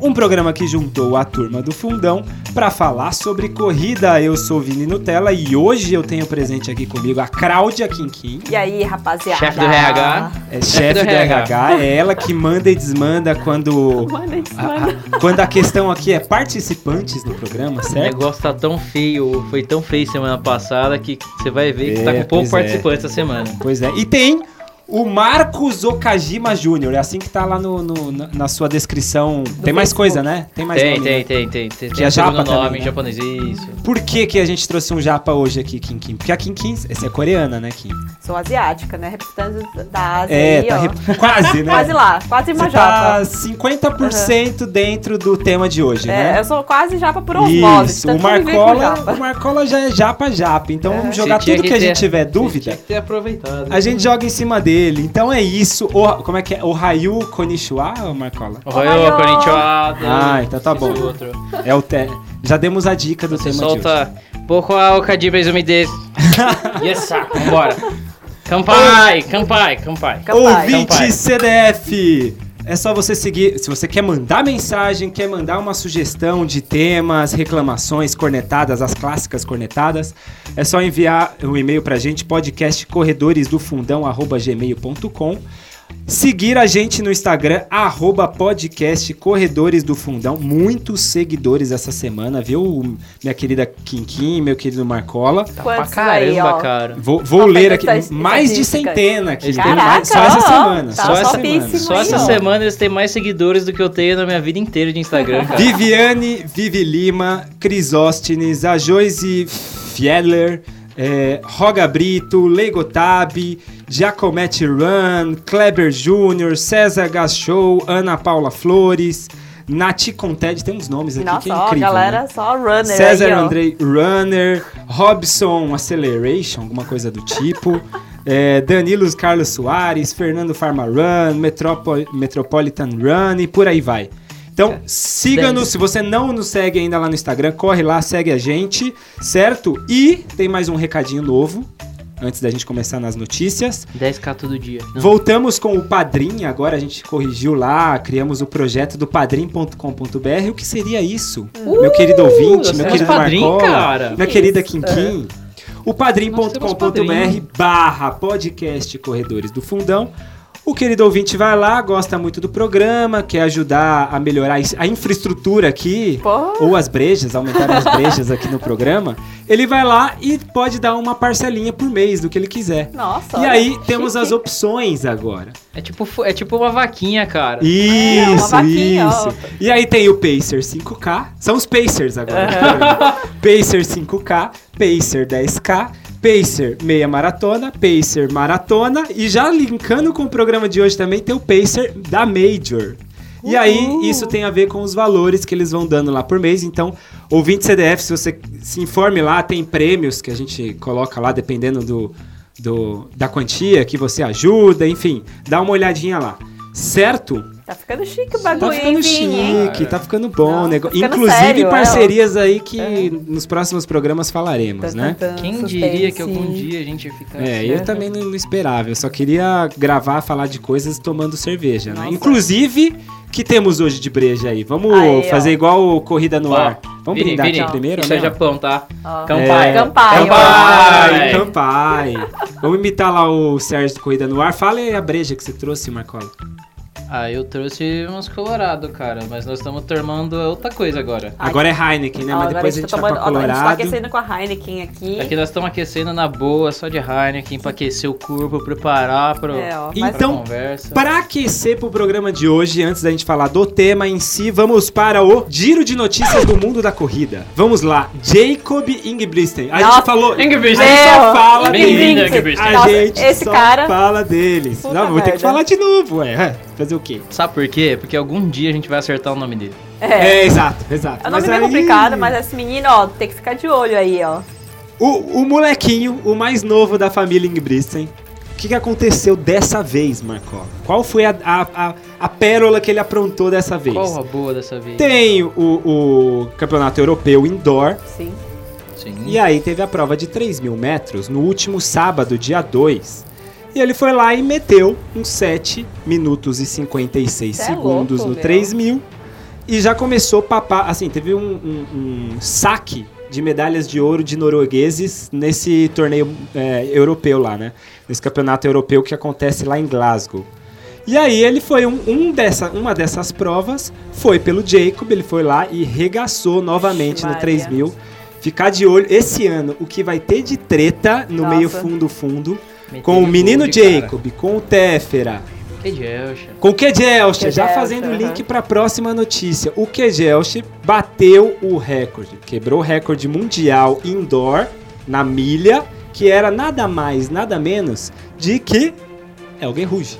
um programa que juntou a turma do Fundão para falar sobre corrida. Eu sou Vini Nutella e hoje eu tenho presente aqui comigo a Cláudia Quinquim. E aí, rapaziada? Chefe do RH. É chefe do RH, é ela que manda e desmanda quando Manda isso, a, manda. a- quando a questão aqui é participantes no programa, O certo? negócio tá tão feio, foi tão feio semana passada que você vai ver que É, tá com pois pouco é. participante essa semana. Pois é. E tem o Marcos Okajima Júnior. É assim que tá lá no, no- na, na sua descrição. tem mais Facebook. coisa, né? Tem mais Tem, nome, tem, né? tem, tem, tem. Que é Tem segundo japa nome também, em né? japonês, isso. Por que, que a gente trouxe um japa hoje aqui, Kim Kim? Porque a Kim Kim, essa é coreana, né, Kim? Sou asiática, né? Representante da Ásia É, aí, tá ó. rep- quase, né? Quase lá, quase uma Você tá japa. 50% dentro do tema de hoje, É, né? eu sou quase japa por osmose. de Isso, tanto o que eu me vejo Marcola, japa. É. o Marcola já é japa japa, então vamos Você jogar tinha tudo que, a ter- gente tiver você dúvida. Tinha que ter aproveitado. A gente joga em cima dele, então é isso. O, como é que é? O Rayu Konishua, Marcola? Ohio, Ohio. konnichiwa. Ah, então tá Esse bom. outro. É o te... Já demos a dica do Você tema solta pouco a Okadiba desu. yes, sir. Vambora. Kampai, kampai, kampai. de hoje. Capaz. Ouvinte Campai. CDF! É só você seguir. Se você quer mandar mensagem, quer mandar uma sugestão de temas, reclamações, cornetadas, as clássicas cornetadas, é só enviar um e-mail pra gente, podcastcorredoresdofundão.gmail.com. Seguir a gente no Instagram, arroba podcast Corredores do Fundão. Muitos seguidores essa semana, viu? Minha querida Kim Kim, meu querido Marcola. Pra Quantos aí, caramba, ó? cara. Vou, vou Só ler pega aqui. essas Mais de estatísticas. centena aqui. Eles Tem têm- mais- só Caraca, essa ó, semana. tá só essa topíssimo semana. Só essa ó. semana eles têm mais seguidores do que eu tenho na minha vida inteira de Instagram, cara. Viviane, Vivi Lima, Crisóstenes, a Joyce Fieller, é, Roga Brito, Legotab, Giacometti Run, Kleber Júnior, César Gachou, Ana Paula Flores, Nati Conted, tem uns nomes aqui que Nossa, é ó, incrível. galera, né? só runner César aí, ó. Andrei Runner, Robson Acceleration, alguma coisa do tipo. É, Danilo Carlos Soares, Fernando Farma Run, Metropo- Metropolitan Run e por aí vai. É, Então, siga-nos. Se você não nos segue ainda lá no Instagram, corre lá, segue a gente, certo? E tem mais um recadinho novo, antes da gente começar nas notícias. 10k todo dia. Não. Uhum. Voltamos com o Padrim, agora a gente corrigiu lá, criamos o projeto do padrim.com.br. O que seria isso? Uhum. meu querido ouvinte, nós meu temos querido Uh, Padrim, Marcola, é cara. É. minha querida Quinquim. O Nós temos padrim.com.br Padrim. barra podcast Corredores do Fundão. O querido ouvinte vai lá, gosta muito do programa, quer ajudar a melhorar a infraestrutura aqui, Pô, ou as brejas, aumentar as brejas aqui no programa. Ele vai lá e pode dar uma parcelinha por mês do que ele quiser. nossa. E olha, aí chique. temos as opções agora. É tipo, fo- é tipo uma vaquinha, cara. É, uma Isso, vaquinha, isso. ó. E aí tem o Pacer 5K. São os Pacers agora. Pacer 5K, Pacer 10K, Pacer meia maratona, Pacer maratona e já linkando com o programa de hoje também tem o Pacer da Major. E aí, Uhul. isso tem a ver com os valores que eles vão dando lá por mês. Então, ouvinte CDF, se você se informe lá, tem prêmios que a gente coloca lá, dependendo do, do- da quantia que você ajuda, enfim, dá uma olhadinha lá. Certo? Tá ficando chique o Tá bagulho, hein, ficando Vini, hein? chique, tá ficando bom o Não, negócio. tá ficando Inclusive sério, é, ó. parcerias aí que nos próximos programas Tá, falaremos, né? Tan, tan, tan, Quem suspense. diria que algum dia a gente né? ia ficar É, eu também não, não esperava. Eu só queria gravar, falar de coisas tomando cerveja, né? Nossa. Inclusive, que temos hoje de breja aí? Vamos Aí, ó. fazer igual o Corrida no Ó, Ar. Vamos Vini, brindar Vini, aqui primeiro, Isso né? é Japão, tá? Ó. Campai. É. Campai, ó. Campai! Campai! Campai! Vamos imitar lá o Sérgio do Corrida no Ar. Fala aí a breja que você trouxe, Marcola. Ah, eu trouxe uns colorado, cara, mas nós estamos tomando outra coisa agora. Ai, Agora é Heineken, né? Ó, Mas agora depois a gente tá vai pra tomando- ó, A gente tá Colorado. é aquecendo com a Heineken aqui. Aqui nós estamos aquecendo na boa, só de Heineken, pra aquecer o corpo, preparar pro, É, ó. Então, Mas pra conversa. Para aquecer pro programa de hoje, antes da gente falar do tema em si, vamos para o giro de notícias do mundo da corrida. Vamos lá, Jacob Ingebrigtsen. A Nossa. gente falou. Ingebrigtsen. A gente só Meu, fala Ingebrigtsen. dele. Ingebrigtsen. A Nossa, gente esse só cara- fala deles. Puta Não, vou ter que merda. falar de novo, ué. Fazer o quê? Sabe por quê? Porque algum dia a gente vai acertar o nome dele. É. É, exato, exato. É um nome meio aí- complicado, mas esse menino, ó, tem que ficar de olho aí, ó. O, o molequinho, o mais novo da família Ingebrigtsen, o que, que aconteceu dessa vez, Marcola? Qual foi a, a, a, a pérola que ele aprontou dessa vez? Qual a boa dessa vez? Tem o, o campeonato europeu indoor, Sim. Sim. e aí teve a prova de 3 mil metros no último sábado, dia 2. E ele foi lá e meteu uns 7 minutos e 56 Cê é segundos louco, no meu. 3 mil. E já começou a papar, assim, teve um, um- um saque de medalhas de ouro de noruegueses nesse torneio é, europeu lá, né? Nesse campeonato europeu que acontece lá em Glasgow. E aí ele foi um, um dessa, uma dessas provas, foi pelo Jacob, ele foi lá e regaçou novamente no Maria. 3 mil. Ficar de olho esse ano, o que vai ter de treta no Nossa. meio fundo fundo Meteu com o gol menino de cara. Jacob, com o Tefera, Que Jelcha. com o Kejelche, já Kejelche, fazendo o aham. link para a próxima notícia. O Kejelche bateu o recorde, quebrou o recorde mundial indoor na milha, que era nada mais, nada menos de que Elger Ruge.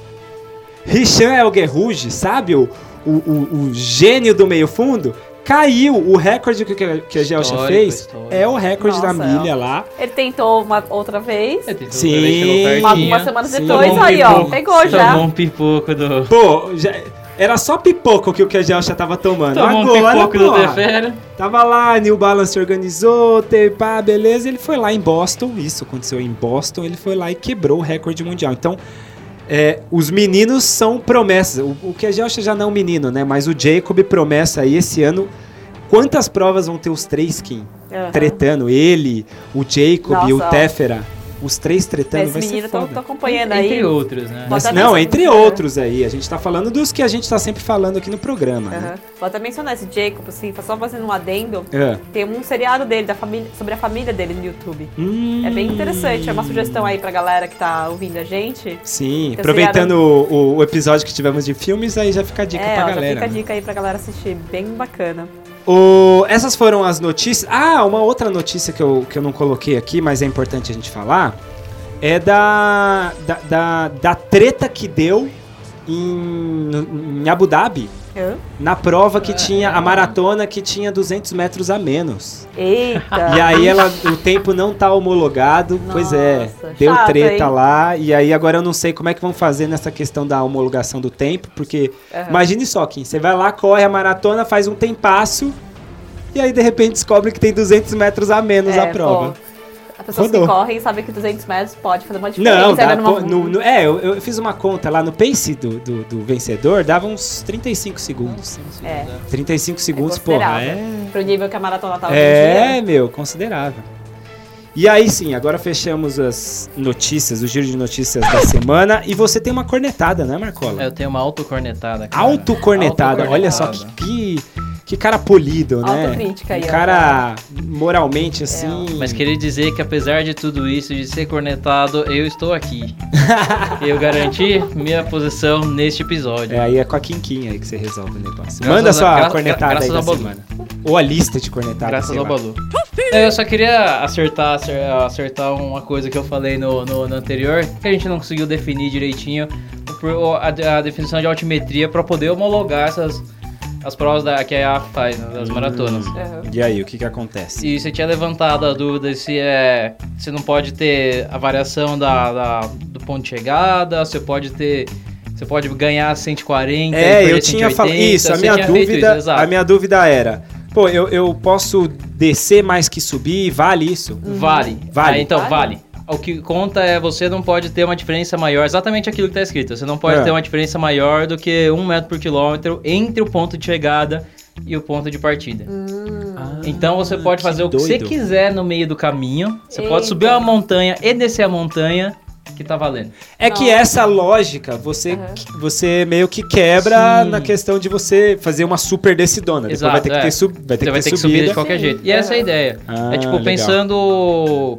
Richan Elger Ruge, sabe o, o, o- o gênio do meio fundo? Caiu o recorde que o Ke- Kejelche Histórico, fez. histórico. É o recorde da Nossa, milha lá. Ele tentou uma outra vez. É, tem tudo Sim. pra ver que não Uma- Uma, pertinho. uma semana Sim. depois, Tomou um aí, ó. pipoco. Pegou já. Tomou um pipoco do... Pô, já- era só pipoco que o Kegel já tava tomando. Tomou um Agora, pipoco do porra, Tefera. Tava lá, New Balance organizou, teve pá, beleza. Ele foi lá em Boston, isso aconteceu em Boston. Ele foi lá e quebrou o recorde mundial. Então, é, os meninos são promessas. O, o Kegel já não é um menino, né? Mas o Jacob promessa aí esse ano. Quantas provas vão ter os três, Kim? Aham. um Tretando, ele, o Jacob e o Nossa, ó. Tefera. Os três tretando, Esse vai menino, tá ser tô, foda. tô acompanhando aí. Entre outros, né? Bota- Mas não, nessa- entre outros aí. A gente tá falando dos que a gente tá sempre falando aqui no programa. né? Aham. Vou até mencionar esse Jacob, assim, só fazendo um adendo. É. Tem um seriado dele, da família, sobre a família dele no YouTube. Hum. É bem interessante, é uma sugestão aí pra galera que tá ouvindo a gente. Sim, Então, aproveitando seriado- o, o- o episódio que tivemos de filmes, aí já fica a dica é, pra ó, já galera. fica a né? dica aí pra galera assistir, bem bacana. O- essas foram as notícias. Ah, uma outra notícia que eu, que eu não coloquei aqui, mas é importante a gente falar, é da, da, da, da treta que deu em, em Abu Dhabi, Hã? na prova que Ah, tinha, é. a maratona que tinha 200 metros a menos. Eita! E aí ela, o tempo não tá homologado, pois é, Nossa, deu chato, treta hein? lá, e aí agora eu não sei como é que vão fazer nessa questão da homologação do tempo, porque Aham. imagine só, Kim, você vai lá, corre a maratona, faz um tempasso, e aí de repente descobre que tem 200 metros a menos É, a prova. pô, As pessoas Rodou. que correm sabem que 200 metros pode fazer uma diferença. Não, né, dá, numa- pô, no- no- é, eu, eu fiz uma conta lá no pace do, do, do vencedor, dava uns 35 segundos. É. 35 segundos, porra, considerável. é... Pro nível que a maratona tá hoje em dia. É, meu, considerável. E aí sim, agora fechamos as notícias, o giro de notícias da semana. E você tem uma cornetada, né, Marcola? É, Eu tenho uma autocornetada, cara. Autocornetada. Olha só que, Autocornetada. que, que cara polido, né? Autocrítica aí, Um ó. É, cara moralmente assim. Mas queria dizer que apesar de tudo isso, de ser cornetado, eu estou aqui. eu garanti minha posição neste episódio. É, aí é com a Quinquinha aí que você resolve o negócio. Graças Manda a- sua gra- cornetada graças aí da ao Balu. semana. Ou a lista de cornetadas. Graças sei ao lá. Balu. É, Eu só queria acertar, acer- acertar uma coisa que eu falei no, no, no anterior, que a gente não conseguiu definir direitinho por- a, a definição de altimetria para poder homologar essas as provas da, que a AF faz, né, Hum. das maratonas. Aham. E aí, o que que acontece? E você tinha levantado a dúvida se é. Se não pode ter a variação da, da- do ponto de chegada, você pode ter. Você pode ganhar 140. e É, perder eu tinha falado 180, isso. A você minha tinha feito dúvida, isso, a exato. minha dúvida era, pô, eu, eu posso descer mais que subir, vale isso? Hum. Vale. Uhum. Vale. Ah, então, Vale. vale. O que conta é você não pode ter uma diferença maior, exatamente aquilo que tá escrito. Você não pode É. ter uma diferença maior do que um metro por quilômetro entre o ponto de chegada e o ponto de partida. Então você pode fazer o que você Ah, doido. quiser no meio do caminho. Você Eita. pode subir uma montanha e descer a montanha, que tá valendo. É que Nossa. essa lógica você, Aham. que- você meio que quebra Sim. na questão de você fazer uma super descidona. Depois Exato, vai ter que é. ter, sub, vai ter você que vai ter ter que subir subida. de qualquer Sim. jeito. E essa é a Aham. ideia. Ah, é tipo, legal. pensando.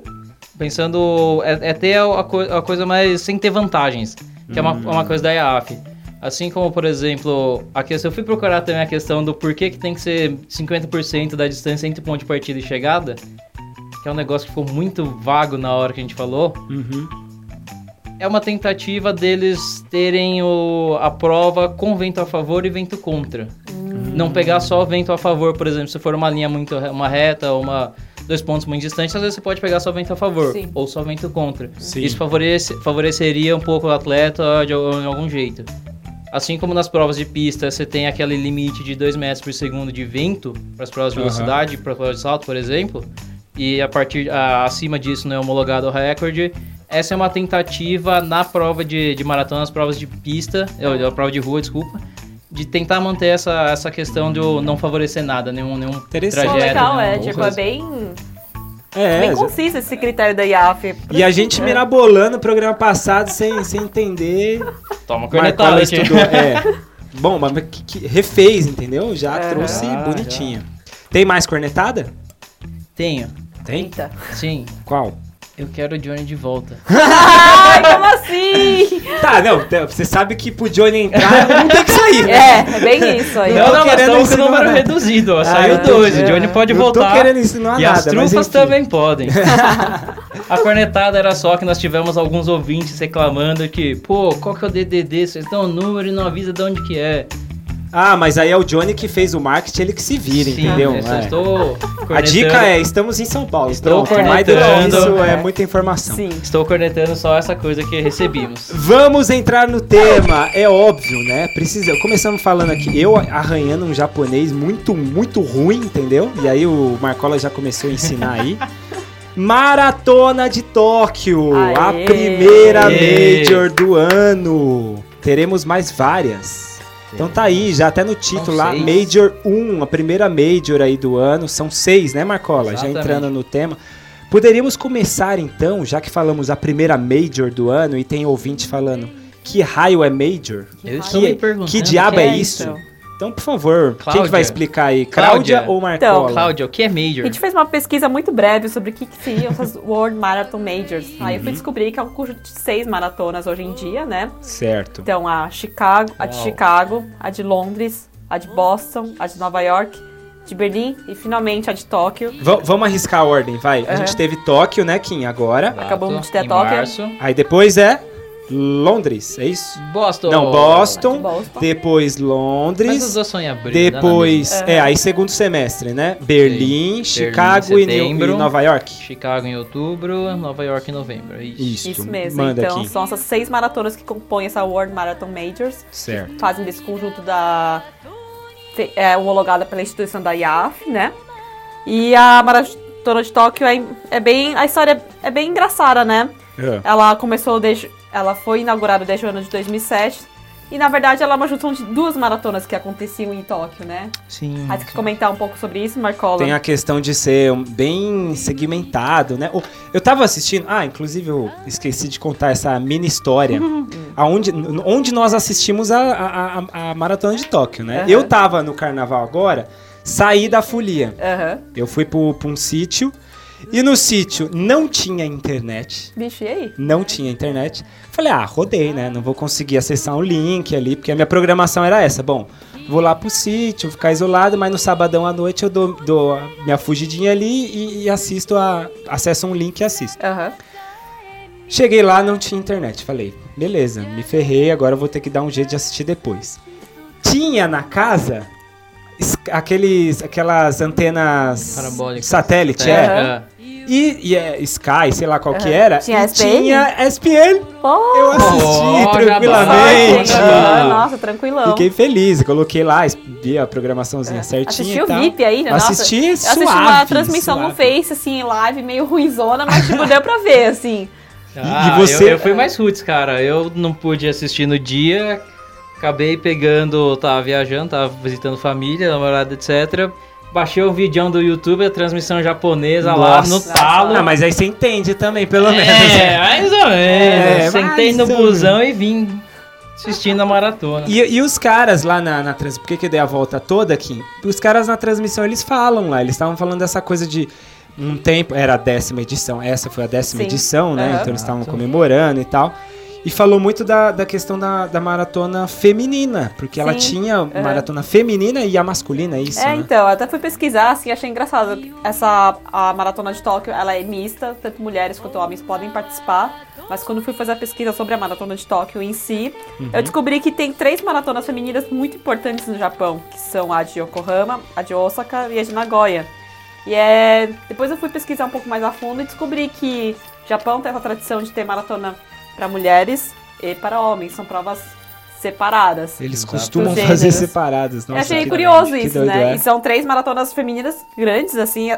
Pensando. É, é ter a, co- a coisa mais. sem ter vantagens. Que é Hum. uma, uma coisa da IAF. Assim como, por exemplo, a que- eu fui procurar também a questão do porquê que tem que ser 50% da distância entre ponto de partida e chegada, que é um negócio que ficou muito vago na hora que a gente falou. Uhum. é uma tentativa deles terem o, a prova com vento a favor e vento contra. Não pegar só vento a favor, por exemplo, se for uma linha muito uma reta ou uma dois pontos muito distantes, às vezes você pode pegar só vento a favor Sim. ou só vento contra. Sim. Isso favorece, favoreceria um pouco o atleta de, al- de algum jeito. Assim como nas provas de pista, você tem aquele limite de 2 metros por segundo de vento para as provas de Aham. velocidade, para as provas de salto, por exemplo, e a partir a- acima disso não é homologado o recorde. Essa é uma tentativa na prova de, de maratona, nas provas de pista, ou, a prova de rua, desculpa, de tentar manter essa, essa questão de eu não favorecer nada, nenhum, nenhum Interessante. trajeto. Pô, né? legal, é, nenhum- tipo, é bem, É, bem conciso esse critério da IAF. e a gente né? mirabolando o programa passado sem, sem entender. Toma Marcola cornetada assim. aqui. estudou. É. Bom, mas que, que- refez, entendeu? Já Aham. trouxe Ah, bonitinho. Tem mais cornetada? Tenho, Tem? Eita. sim. Qual? Eu quero o Johnny de volta. Ai, como assim? Tá, não, tá, você sabe que pro Johnny entrar, não tem que sair. né? É, é bem isso aí. Não, Não, tô não, mas querendo estamos com ensinar o um número nada. reduzido, ó. Ah, Saiu eu tô- 12. é. Johnny pode Eu voltar. tô querendo ensinar e nada, as trufas mas enfim. também podem. A cornetada era só que nós tivemos alguns ouvintes reclamando que, pô, qual que é o DDD? Vocês dão o número e não avisa de onde que é. Ah, mas aí é o Johnny que fez o marketing, ele que se vira, Sim, entendeu? eu só É. estou A cornetando- dica é, estamos em São Paulo. Estou Pronto, mais do que cornetando. isso é É. muita informação. Sim. Estou cornetando só essa coisa que recebimos. Vamos entrar no tema, é óbvio, né? Precisa. Começamos falando aqui, eu arranhando um japonês muito, muito ruim, entendeu? E aí o Marcola já começou a ensinar aí. Maratona de Tóquio, a Aê! primeira Aê! major do ano. Teremos mais várias. Então tá aí, já até no título São lá, seis. Major 1, a primeira Major aí do ano. São seis, né, Marcola? Já Exatamente. entrando no tema. Poderíamos começar então, já que falamos a primeira Major do ano e tem ouvinte falando que raio é Major? Eu Que- estou me perguntando. que diabo é É, isso? então. Então, por favor, quem que Cláudia. vai explicar aí? Cláudia, Cláudia. ou Marcola? Então, Cláudio, o que é A Major? gente fez uma pesquisa muito breve sobre o que, que seriam essas World Marathon Majors. Aí eu Uhum. fui descobrir que é um conjunto de seis maratonas hoje em dia, né? Certo. Então, a Chicago, a de Uau. Chicago, a de Londres, a de Boston, a de Nova York, de Berlim e finalmente a de Tóquio. Va- vamos arriscar a ordem, vai. A Uhum. gente teve Tóquio, né, Kim, agora. Acabamos de ter Em Tóquio. março. Aí depois é Londres, é isso? Boston. Não, Boston, Boston. depois Mas as Londres, duas são em abril. dá na depois... mesma. É, aí segundo semestre, né? Berlim, Chicago e New- e, setembro. Nova mesma. York. Chicago em outubro, Nova York em novembro. é Isso. Isso, Isso mesmo. manda então, aqui. são essas seis maratonas que compõem essa World Marathon Majors. Certo. fazem desse conjunto da fe- é, homologada pela instituição da IAF, né? E a maratona de Tóquio é, é bem a história é bem engraçada, né? Ah. Ela começou desde ela foi inaugurada desde o ano de 2007 e na verdade ela é uma junção de duas maratonas que aconteciam em Tóquio, né? Sim. Acho que comentar um pouco sobre isso, Marcola. Hum. Tem a questão de ser um- bem segmentado, né? O- Eu tava assistindo, ah, inclusive eu esqueci de contar essa mini história, aonde, n- onde nós assistimos a, a- a- a Maratona de Tóquio, né? Aham. Eu tava no carnaval agora, saí da folia. Aham. Eu fui pro- pra um sítio, e no sítio não tinha internet. Bicho, e aí? Não tinha internet. Falei, ah, rodei, né? Não vou conseguir acessar um link ali, porque a minha programação era essa. Bom, vou lá pro sítio, ficar isolado, mas no sabadão à noite eu dou, dou a minha fugidinha ali e, e assisto a. acesso um link e assisto. Aham. Cheguei lá, não tinha internet. Falei, beleza, me ferrei, agora eu vou ter que dar um jeito de assistir depois. Tinha na casa es- aqueles, aquelas antenas Parabólicas. satélite, é. E, e é, Sky, sei lá qual que Aham. era. Tinha e SPN? tinha SPN. Oh, Eu assisti Oh, tranquilamente. já dá. Aham, Nossa, tranquilão. Fiquei feliz, coloquei lá, vi a programaçãozinha certinha. Assistiu e tal. VIP aí, né? Nossa, Assisti Eu assisti uma transmissão no Face, assim, em live, meio ruinzona, mas, tipo, deu pra ver, assim. Ah, e você- Eu, eu fui mais roots, cara. Eu não pude assistir no dia. Acabei pegando, tava viajando, tava visitando família, namorada, etc. Baixei o vídeo do YouTube, a transmissão japonesa lá no talo. Ah, mas aí você entende também, pelo menos. É, mais ou menos. É, Sentei mais no ou menos. busão e vim assistindo a maratona. E, e os caras lá na, na transmissão, por que, que eu dei a volta toda aqui? Os caras na transmissão, eles falam lá, eles estavam falando dessa coisa de um tempo, era a décima edição, essa foi a décima Sim. edição, né? Aham. Então eles estavam Exato. comemorando e tal. E falou muito da, da questão da, da maratona feminina, porque ela Sim. tinha maratona feminina e a masculina, é isso, é, né? então, até fui pesquisar, assim, achei engraçado. Essa, a Maratona de Tóquio, ela é mista, tanto mulheres quanto homens podem participar. Mas quando fui fazer a pesquisa sobre a maratona de Tóquio em si, Uhum. eu descobri que tem três maratonas femininas muito importantes no Japão, que são a de Yokohama, a de Osaka e a de Nagoya. E é, depois eu fui pesquisar um pouco mais a fundo e descobri que o Japão tem essa tradição de ter maratona para mulheres e para homens, são provas separadas. Eles Exato. costumam Gêneros. fazer separadas. Eu Nossa, achei que curioso doido, que isso, doido, né? é. E são três maratonas femininas grandes, assim.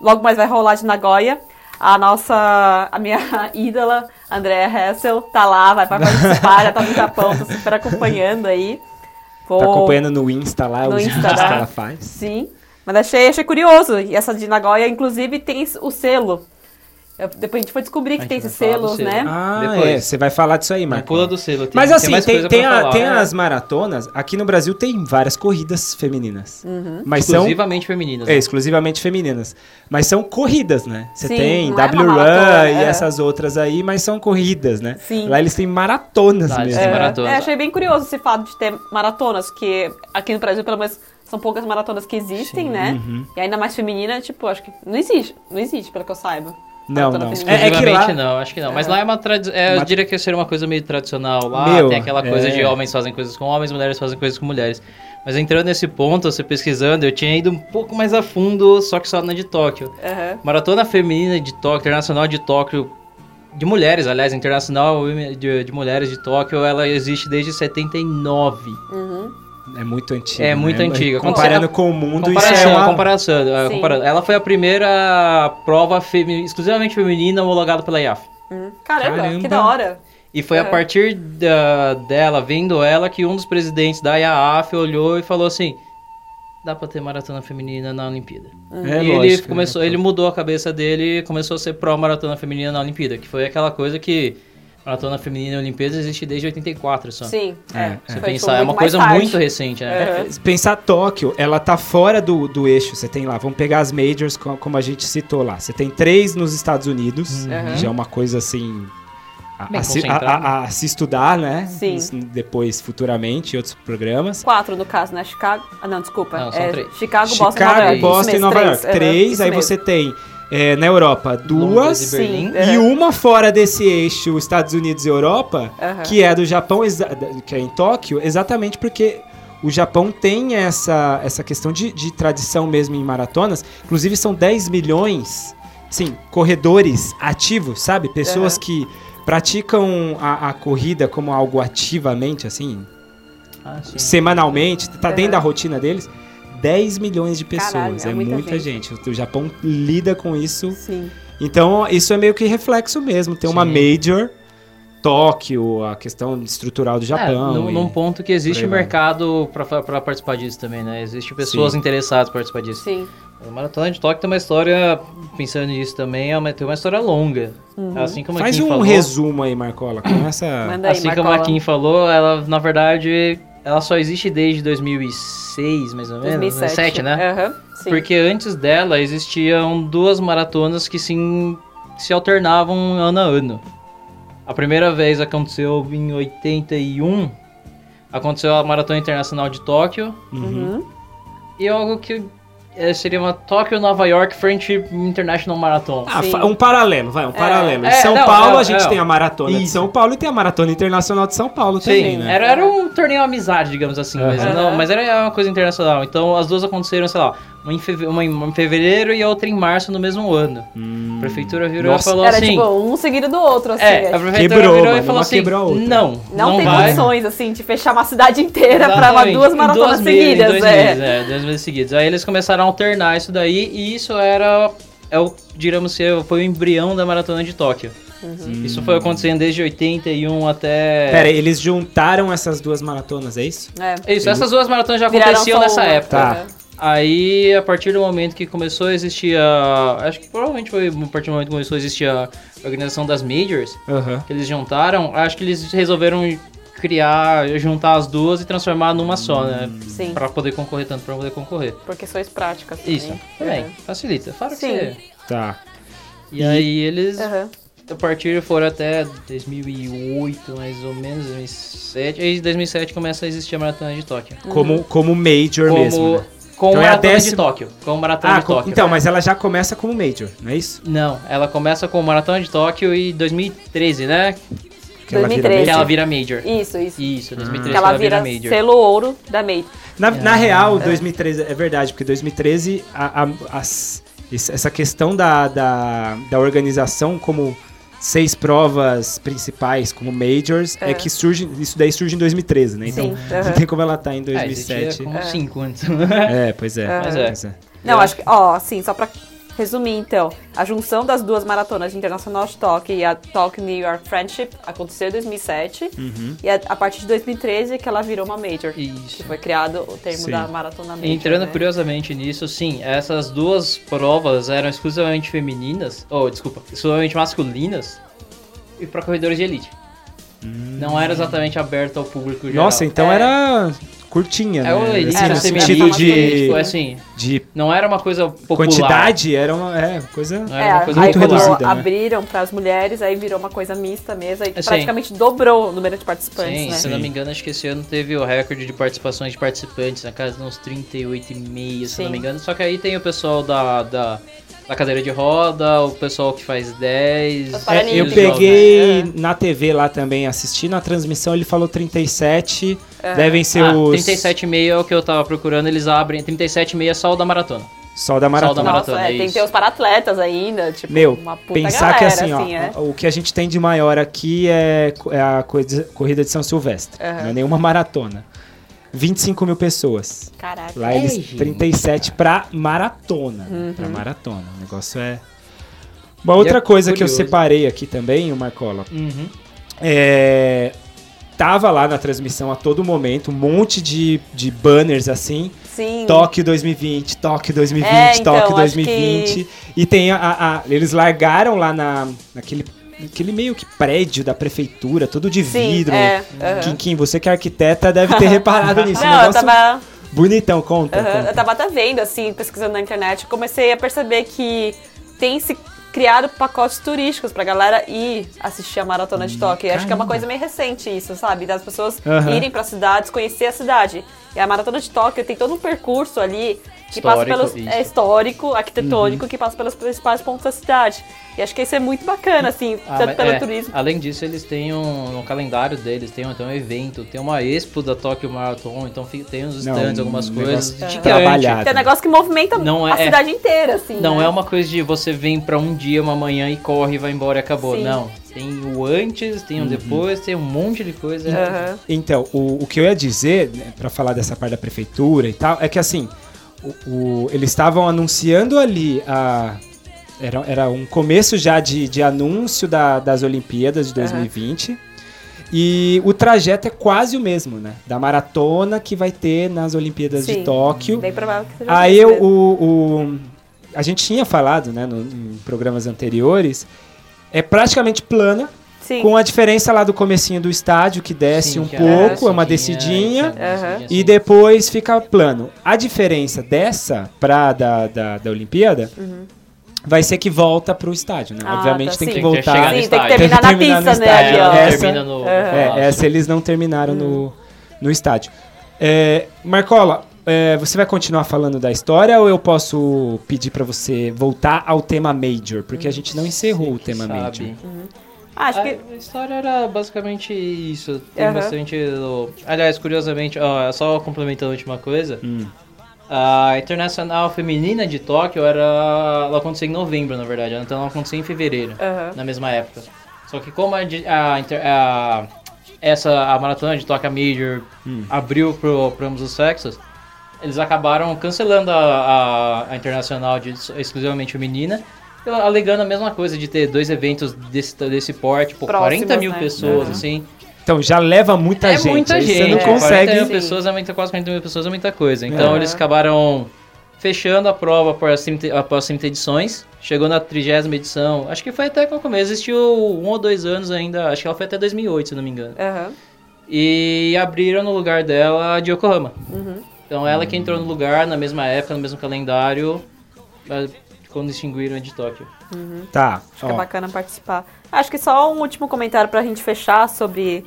Logo mais vai rolar de Nagoya. A nossa, a minha ídola, Andrea Hessel, tá lá, vai pra participar, já tá no Japão, tô super acompanhando aí. Vou... Tá acompanhando no Insta lá, é No os Insta, vídeos que né? ela faz. Sim, mas achei, achei curioso. E essa de Nagoya, inclusive, tem o selo. Eu- depois a gente foi descobrir A que gente tem esses vai falar do selos, selo. né? Ah, Depois. é. Você vai falar disso aí, Mas Marco. pula do selo. Tem, Mas assim, mais tem, coisa tem, pra a- falar, tem né? as maratonas. Aqui no Brasil tem várias corridas femininas. Uhum. Mas são Exclusivamente femininas. né? é, exclusivamente femininas. Mas são corridas, né? Você Sim, tem não é uma W Run maratona, e é. essas outras aí, mas são corridas, né? Sim. Lá eles têm maratonas Lá eles mesmo. têm É, maratonas. É, achei bem curioso esse fato de ter maratonas, que aqui no Brasil, pelo menos, são poucas maratonas que existem, né? Uhum. E ainda mais feminina, tipo, acho que não existe, não existe, pelo que eu saiba. Não, Maratona não. feminina. É, é que Exclusivamente lá, não, acho que não. Mas lá é uma tradição. Uma- Eu diria que seria uma coisa meio tradicional lá. Meu, tem aquela coisa é. de homens fazem coisas com homens, mulheres fazem coisas com mulheres. Mas entrando nesse ponto, você pesquisando, eu tinha ido um pouco mais a fundo, só que só na de Tóquio. Aham. Maratona Feminina de Tóquio, Internacional de Tóquio, de mulheres, aliás, Internacional de, de Mulheres de Tóquio, ela existe desde 79. é muito antiga. É muito né? antiga. Comparando com o mundo, isso é Comparação, uma... comparação, é, Sim. comparando. Ela foi a primeira prova femi- exclusivamente feminina homologada pela IAF. Uhum. Caramba, Caramba. que da hora. E foi a É. partir da- dela, vendo ela, que um dos presidentes da IAF olhou e falou assim: dá pra ter maratona feminina na Olimpíada. É e ele lógico, começou, né? ele mudou a cabeça dele e começou a ser pró-maratona feminina na Olimpíada, que foi aquela coisa que maratona feminina na Olimpíada existe desde 84 só. Sim, É, é. é. Foi Se muito- pensar, é uma mais coisa tarde. muito recente, né? É. Se Pensar Tóquio, ela tá fora do, do eixo. Você tem lá, vamos pegar as majors co- como a gente citou lá. Você tem três nos Estados Unidos, Uhum. que já é uma coisa assim. A, Bem a se, a- concentrada. a- a se estudar, né? Sim. Isso Depois, futuramente, em outros programas. Quatro, no caso, né? Chicago. Ah, não, desculpa. Não, são é, três. Chicago, Chicago, Boston, Nova York. Boston e Isso mesmo, Nova York. aham, Três, isso aí mesmo. você tem é, na Europa Londres duas. e Berlim. Sim. E É. uma fora desse eixo, Estados Unidos e Europa, Aham. que é do Japão, exa- da- que é em Tóquio, exatamente porque o Japão tem essa, essa questão de, de tradição mesmo em maratonas. Inclusive, são 10 milhões, sim, corredores ativos, sabe? Pessoas Aham. que praticam a, a corrida como algo ativamente, assim, Ah, sim. semanalmente, tá dentro da rotina deles. 10 milhões de pessoas, Caralho, é é, muita muita gente. O Japão lida com isso Sim. então, isso é meio que reflexo mesmo. Tem uma Sim. major, Tóquio, a questão estrutural do Japão. É, num, e- num ponto que por existe aí vai. mercado pra pra participar disso também, né? Existe pessoas Sim. interessadas em participar disso. Sim. A É Maratona de Tóquio tem uma história, pensando nisso também, é uma, tem uma história longa. Assim como Faz a Kim um falou, resumo aí, Marcola, com essa... Uhum. Manda aí, assim como a Marcola. Kim falou, ela, na verdade, ela só existe desde 2006, mais ou menos. 2007. 2007, né? Aham, é, sim. Porque antes dela existiam duas maratonas que se, in- se alternavam ano a ano. A primeira vez aconteceu em 81. Aconteceu a Maratona Internacional de Tóquio. Uhum. E algo que eh, seria uma Tóquio Nova York Friendship International Marathon. Ah, Sim. fa- um paralelo, vai, um paralelo. Em É, São não, Paulo não, a gente não. tem a Maratona de Isso. São Paulo e tem a Maratona Internacional de São Paulo também, Sim, né? era, era um torneio amizade, digamos assim, mas, Aham. não, mas era uma coisa internacional. Então as duas aconteceram, sei lá, uma em, feve- uma em- uma em fevereiro e a outra em março no mesmo ano. Hum, A prefeitura virou Nossa. e falou Era assim. tipo um seguido do outro, assim. É, a acho. prefeitura Quebrou, virou mano, e falou uma assim: quebrou a outra. não, Não, não, tem vai. condições, assim, de fechar uma cidade inteira pra Exatamente. duas Em maratonas duas me- em seguidas. dois é. meses, é, dois meses seguidos. Aí eles começaram a alternar isso daí e isso era, é o, digamos que foi o embrião da maratona de Tóquio. Isso é." foi acontecendo desde 81 até. Hum. Pera, aí, eles juntaram essas duas maratonas, é isso? É. Isso, essas duas maratonas já Viraram aconteciam só nessa uma. época. Tá. Aham. Aí, a partir do momento que começou a existir a. Acho que provavelmente foi a partir do momento que começou a existir a organização das Majors, Aham. que eles juntaram, acho que eles resolveram criar, juntar as duas e transformar numa só, né? Hum. Sim, Pra poder concorrer tanto, pra poder concorrer. por questões práticas. também. Isso, também. Facilita. Fala que Uhum. Sim. Uhum. você. Tá. E aí Uhum. eles, Aham. a partir foram até 2008, mais ou menos, 2007. Aí em 2007 começa a existir a Maratona de Tóquio. Como, como major Como mesmo, né? com Então o é a maratona décima- de Tóquio. Com o maratona Ah, de com- Tóquio. né? então, mas ela já começa como Major, não é isso? Não, ela começa com o maratona de Tóquio e 2013, né? Que ela vira 2013. Que Major. ela vira Major. Isso, isso. Ah. Isso, 2013 Que ela vira Major. selo ouro da Major. Na, na real, 2013 é verdade, porque 2013 a- a- as- esse- essa questão da, da, da organização como seis provas principais, como majors, é, É. que surge, isso daí surge em 2013, né? Então Sim, aham. não tem como ela estar em Ah, existia 2007. como 5 antes. É, pois é. Mas é. Pois é. Não, É. acho que, ó, assim, só pra resumir então, a junção das duas maratonas de Internacional de Tóquio e a Tóquio New York Friendship aconteceu em 2007 Uhum. e a, a partir de 2013 que ela virou uma major. Isso. Que foi criado o termo Sim. da maratona major. Entrando né? curiosamente nisso, sim, essas duas provas eram exclusivamente femininas, ou desculpa, exclusivamente masculinas e para corredores de elite. Não era exatamente aberto ao público geral. Hum. Nossa, então É. era curtinha, é o né? elite Assim, era no feminino, sentido masculino, de, tipo, assim, de não era uma coisa popular. quantidade, era uma é, coisa... Não era É, uma coisa aí muito quando reduzida, né? abriram para as mulheres, aí virou uma coisa mista mesmo, aí Assim. praticamente dobrou o número de participantes, Sim, né? se eu não me engano, acho que esse ano teve o recorde de participações de participantes na casa de uns 38,5, se eu não Sim. me engano. Só que aí tem o pessoal da, da, da cadeira de roda, o pessoal que faz 10. Os É, eu Paralímpicos, peguei né? na TV lá também assistindo a transmissão, ele falou 37, devem ser Ah, os 37,5 é o que eu tava procurando, eles abrem. 37,5 é só o da maratona. Sol da Maratona. Sol da Nossa, maratona, é, é tem que isso. ter os paratletas ainda, tipo, Meu, uma puta pensar galera, que assim, ó, é. o que a gente tem de maior aqui é, co- é a corrida- corrida de São Silvestre, Aham. não é nenhuma maratona. 25 mil pessoas. Caraca. Lá eles Ei, gente, 37 pra maratona. né? Pra maratona. O negócio é. Uma outra é coisa que eu curioso. separei aqui também, o Marcola, Uhum. É, tava lá na transmissão a todo momento, um monte de, de banners assim. Sim. Tóquio 2020, Tóquio 2020, É, então, Tóquio acho 2020. E tem a, a- a- Eles largaram lá na, naquele. Aquele meio que prédio da prefeitura, todo de Sim, vidro. é, aham. Quinquim, você que é arquiteta deve ter reparado nisso. um Não, eu negócio tava, bonitão, conta. aham, conta. eu tava até vendo, assim, pesquisando na internet, eu comecei a perceber que tem se criado pacotes turísticos pra galera ir assistir a Maratona de Tóquio. Acho que é caramba. uma coisa meio recente isso, sabe? Das pessoas Aham. irem pra cidades, conhecer a cidade. E a Maratona de Tóquio tem todo um percurso ali que passa Histórico, pelos... isso. Uhum. É histórico, arquitetônico, que passa pelos principais pontos da cidade. E acho que isso é muito bacana, assim, Ah, tanto mas pelo é, turismo. Além disso, eles têm um, no calendário deles, tem um, tem um evento, tem uma expo da Tokyo Marathon, então fi- tem uns Não, stands, algumas um coisas. negócio gigante. trabalhado. Que é um negócio que movimenta né? Não a é- cidade inteira, assim. Não né? é uma coisa de você vem pra um dia, uma manhã e corre, vai embora e acabou. Sim. Não. Tem o antes, tem Uhum. o depois, tem um monte de coisa. Aham. Então, o, o que eu ia dizer, né, pra falar dessa parte da prefeitura e tal, é que assim, o- o- eles estavam anunciando ali a. Era, era um começo já de, de anúncio da- das Olimpíadas de 2020. E o trajeto é quase o mesmo, né? Da maratona que vai ter nas Olimpíadas de Sim. um Tóquio. Bem provável que seja Aí isso eu, mesmo. o, o- a gente tinha falado, né, no- em programas anteriores, é praticamente plana, Sim. com a diferença lá do comecinho do estádio, que desce Sim, um que pouco, é uma descidinha, descidinha, que é uma Aham. descidinha, e sim. depois fica plano. A diferença dessa pra da, da, da Olimpíada Uhum. vai ser que volta pro estádio, né? Ah, Obviamente tá, tem que sim. Tem que chegar voltar. no Sim, tem que estádio. terminar na Tem que terminar no pista, né? estádio. ali, ó. É, Ela Essa- termina no. no É, palácio. essa eles não terminaram Uhum. no, no estádio. É, Marcola, é, você vai continuar falando da história ou eu posso pedir pra você voltar ao tema Major? Porque a gente Uhum. não encerrou o Quem tema sabe? Major. Ah, acho que. A história era basicamente isso. Tem Aham. bastante. do- Aliás, curiosamente, ó, só complementando a última coisa. Hum. A Internacional Feminina de Tóquio era. Ela aconteceu em novembro, na verdade. Então ela aconteceu em fevereiro, Aham. na mesma época. Só que como a, de- a inter- a- essa a maratona de Tóquio a Major abriu para ambos os sexos, eles acabaram cancelando a, a- a internacional de exclusivamente feminina, pela- alegando a mesma coisa de ter dois eventos desse, desse porte, por Próximos, 40 mil né? pessoas, Uhum. assim. Então já leva muita é gente. muita aí gente. Você não é, 40 consegue. mil pessoas, aumenta, quase 40 mil pessoas é muita coisa. Então Uhum. eles acabaram fechando a prova após 30, após 30 edições. Chegou na 30 edição, acho que foi até qual começo, existiu um ou dois anos ainda, acho que ela foi até 2008, se não me engano Aham. e abriram no lugar dela a de Yokohama. Uhum. Então ela que entrou no lugar, na mesma época, no mesmo calendário, mas quando extinguiram a de Tóquio. Tá. Acho que é ó. bacana participar. Acho que só um último comentário pra gente fechar sobre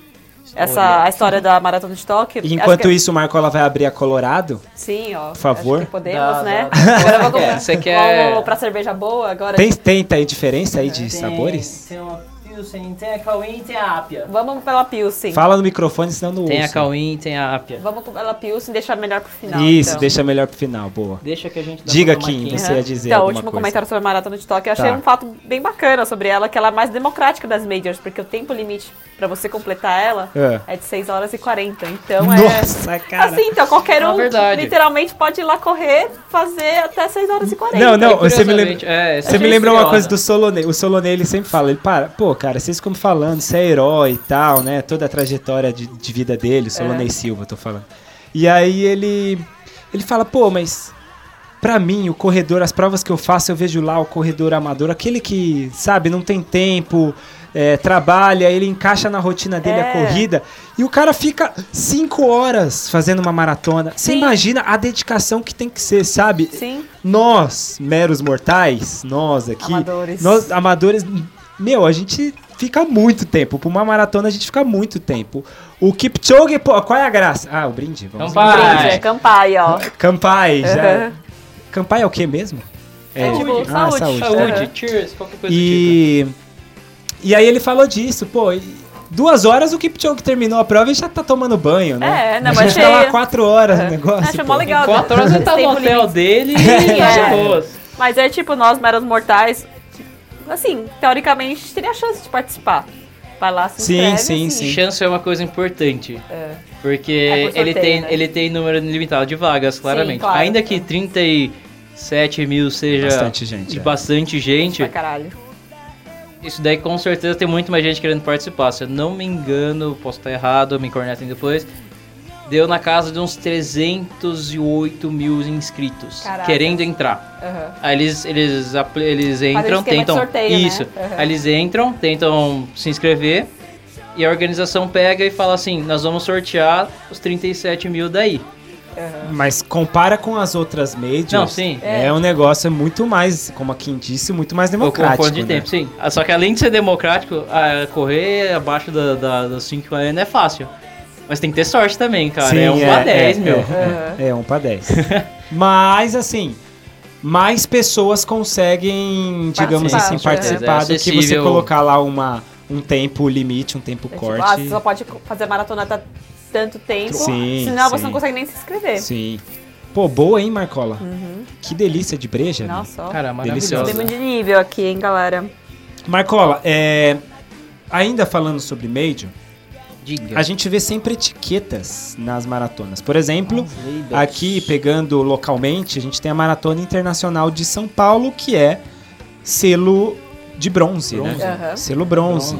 Essa a história da maratona de Tóquio. E enquanto Acho que- é- isso, o Marcola vai abrir a Colorado. Sim, ó. Por favor. podemos, Dá, né? dá. Agora eu vou É, comprar. você quer- Vamos pra cerveja boa agora. Tem, tem, tem diferença aí de sabores? Tem uma Pilsen, tem a Cauim e tem a Apia. Vamos pela Pilsen. Fala no microfone, senão não Tem a ouço. Cauim, tem a Apia. Vamos pela Pilsen e deixar melhor pro final. Isso, então. deixa melhor pro final, boa. Deixa que a gente dá Diga, pra tomar Kim, quente. você ia dizer Então, o alguma último coisa. comentário sobre a maratona de Tóquio, eu achei Tá. um fato bem bacana sobre ela, que ela é mais democrática das majors, porque o tempo limite pra você completar ela É. é, de 6 horas e 40. Então Nossa, é. cara. Assim, então qualquer Na um verdade. literalmente pode ir lá correr, fazer até 6 horas e 40. Não, não, E, você me lembra- curiosamente, é, Você essa me é lembrou uma curiosa. coisa do Solonei. O Solonei, ele sempre fala, ele para, pô, cara, vocês ficam me falando, você é herói e tal, né? Toda a trajetória de, de vida dele, o É. Solonei Silva, eu tô falando. E aí ele ele fala, pô, mas pra mim, o corredor, as provas que eu faço, eu vejo lá o corredor amador, aquele que, sabe, não tem tempo, é, trabalha, ele encaixa na rotina dele a É. corrida, e o cara fica cinco horas fazendo uma maratona. Você Sim. imagina a dedicação que tem que ser, sabe? Sim, nós, meros mortais, nós aqui, Amadores. nós amadores, meu, a gente fica muito tempo. Pra uma maratona a gente fica muito tempo. O Kipchoge, pô, qual é a graça? Ah, o brinde, vamos. Campai. ao brinde, é campai, ó. brinde. Campai, já. Uhum. Campai é o que mesmo? É, Saúde, tipo, saúde. Saúde, Uhum. cheers, qualquer coisa do tipo. E e aí ele falou disso, pô, e duas horas o Kipchoge terminou a prova e já tá tomando banho, né? É, não, a mas gente tá lá achei- quatro horas no Uhum. negócio. Achei pô. mó legal. né? Quatro horas ele tá no Tempo hotel um limite. dele É. e de boas. Mas é tipo, nós, meros mortais, assim, teoricamente, a gente teria a chance de participar. Vai lá, se Sim, inscreve, sim, assim. sim. Chance é uma coisa importante. É. Porque É por sorteio, ele, tem, né? ele tem número limitado de vagas, claramente. claro. Ainda que 37 mil seja Bastante gente, de é. bastante gente, Pra caralho. isso daí com certeza tem muito mais gente querendo participar. Se eu não me engano, posso estar errado, me cornetem depois. Deu na casa de uns 308 mil inscritos Caraca. querendo entrar. Aham. Aí eles, eles, apl- eles entram, esquema de tentam. sorteio, né? isso. Uhum. Aí eles entram, tentam se inscrever. E a organização pega e fala assim: nós vamos sortear os 37 mil daí. Mas compara com as outras majors. Não, sim. É, um negócio muito mais, como a Kim disse, muito mais O democrático. conforto de né? tempo, sim. Ah, Só que além de ser democrático, ah, correr abaixo da, da, das 5 AM é fácil. Mas tem que ter sorte também, cara. é 1 a 10, é, meu. É, é, é 1 pra 10. Mas, assim, mais pessoas conseguem, digamos Participar, assim, com participar certeza. É do que você acessível. colocar lá uma, um tempo limite, um tempo É tipo, ah, corte. você só pode fazer maratona até tanto tempo, Sim, senão sim. você não consegue nem se inscrever. Sim. Pô, boa, hein, Marcola? Que delícia de breja. né? Uhum. Nossa, ó. Cara, Deliciosa. maravilhoso. Subimos de nível aqui, hein, galera. Marcola, é, ainda falando sobre Major, a gente vê sempre etiquetas nas maratonas. Por exemplo, Aqui, pegando localmente, a gente tem a Maratona Internacional de São Paulo, que é selo de bronze, Bronze. né? Aham. Selo bronze.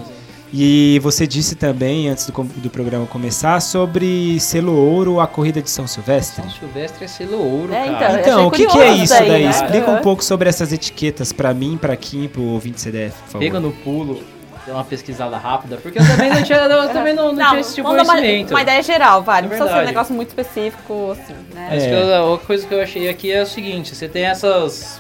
E você disse também, antes do, com- do programa começar, sobre selo ouro a corrida de São Silvestre. São Silvestre é selo ouro, É, cara. Eu Então, achei o que, que é curioso isso daí, daí? né? Explica um Aham. pouco sobre essas etiquetas pra mim, pra Kim, pro ouvinte CDF, por favor. Pega no pulo, dá uma pesquisada rápida, porque eu também não tinha, eu também não, não tinha esse tipo de vamos dar uma- conhecimento. Uma ideia geral, vai. É Não precisa ser um verdade. negócio muito específico, assim, né? Mas É. que eu- outra coisa que eu achei aqui é o seguinte, você tem essas...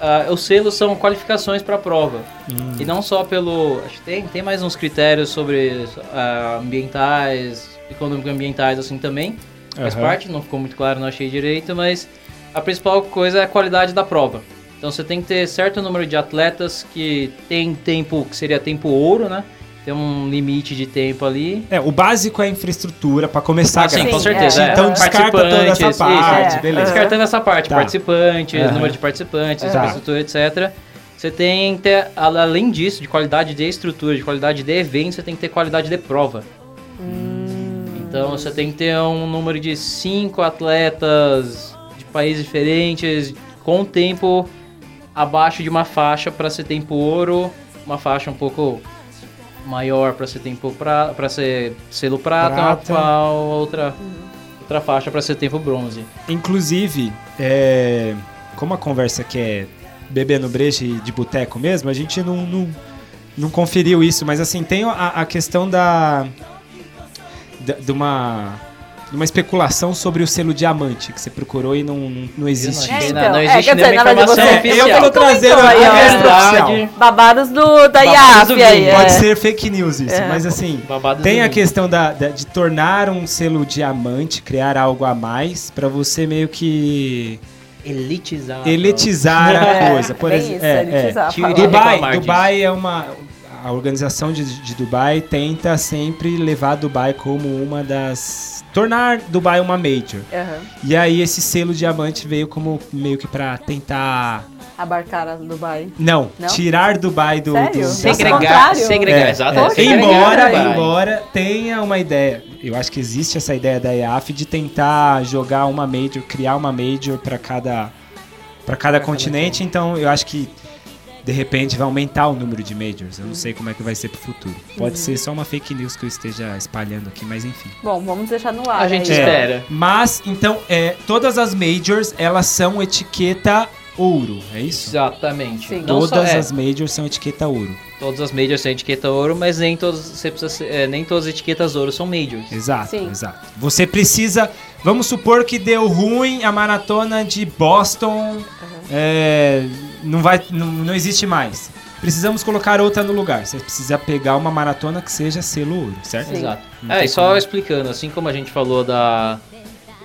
ah, os selos são qualificações para a prova. Hum, E não só pelo... Acho que tem, tem mais uns critérios sobre ah, ambientais, econômico-ambientais assim também. Faz Aham. parte, não ficou muito claro, não achei direito, mas a principal coisa é a qualidade da prova. Então você tem que ter certo número de atletas que tem tempo, que seria tempo ouro, né? Tem um limite de tempo ali. É, o básico é a infraestrutura, pra começar, Ah, sim, galera. com certeza. é. Então é. descarta toda Participantes, essa isso, parte, é. beleza. Descartando essa parte, Tá. participantes, Aham. número de participantes, Tá. infraestrutura, etc. Você tem que ter, al- além disso, de qualidade de estrutura, de qualidade de evento, você tem que ter qualidade de prova. Então você tem que ter um número de cinco atletas de países diferentes, com tempo abaixo de uma faixa para ser tempo ouro, uma faixa um pouco maior para ser tempo pra, pra ser selo prata, Prata. Uma, fa- outra outra faixa para ser tempo bronze. Inclusive, é, como a conversa que é bebendo breja e de boteco mesmo, a gente não, não, não conferiu isso, mas assim, tem a, a questão da, da- de uma numa especulação sobre o selo diamante que você procurou e não, não, não existe. Não É, achei então, nada, não é, existe quer dizer, nenhuma nada de informação você. eu oficial. tô trazendo então, a aí, ó. verdade oficial. Verdade. Babados do, da Babados do IAF aí. Google, Pode é. ser fake news isso, É. mas assim, Babado tem do a mundo. questão da, da- de tornar um selo diamante, criar algo a mais, pra você meio que Elitizar. elitizar a Ah, É, coisa. Por bem exemplo, isso, é, é. elitizar, Tira- falou. Dubai, reclamar disso. Dubai é uma. A organização de, de Dubai tenta sempre levar Dubai como uma das. tornar Dubai uma major. Aham. E aí esse selo diamante veio como meio que pra tentar. Abarcar a Dubai. Não, Não? tirar Dubai do. Sério? do- Segregar- Segregar, contrário. segregar, É, exatamente. é. Embora, Segregar, embora tenha uma ideia, eu acho que existe essa ideia da EAF de tentar jogar uma major, criar uma major para cada para cada continente, então eu acho que de repente vai aumentar o número de majors. Eu não sei como é que vai ser pro futuro. Pode ser só uma fake news que eu esteja espalhando aqui, mas enfim. Bom, vamos deixar no ar. né? A gente aí, ó. É. espera. Mas então, é, todas as majors, elas são etiqueta ouro, é isso? Exatamente. Sim. Não Todas só- é, as majors são etiqueta ouro. Todas as majors são etiqueta ouro, mas nem, todos, você precisa, ser- é, nem todas as etiquetas ouro são majors. Exato, Sim. exato. Você precisa. Vamos supor que deu ruim a maratona de Boston. é, não, vai, não, não existe mais. Precisamos colocar outra no lugar. Você precisa pegar uma maratona que seja selo ouro, certo? Sim. Exato. Não É, tem e só como. explicando, assim como a gente falou da.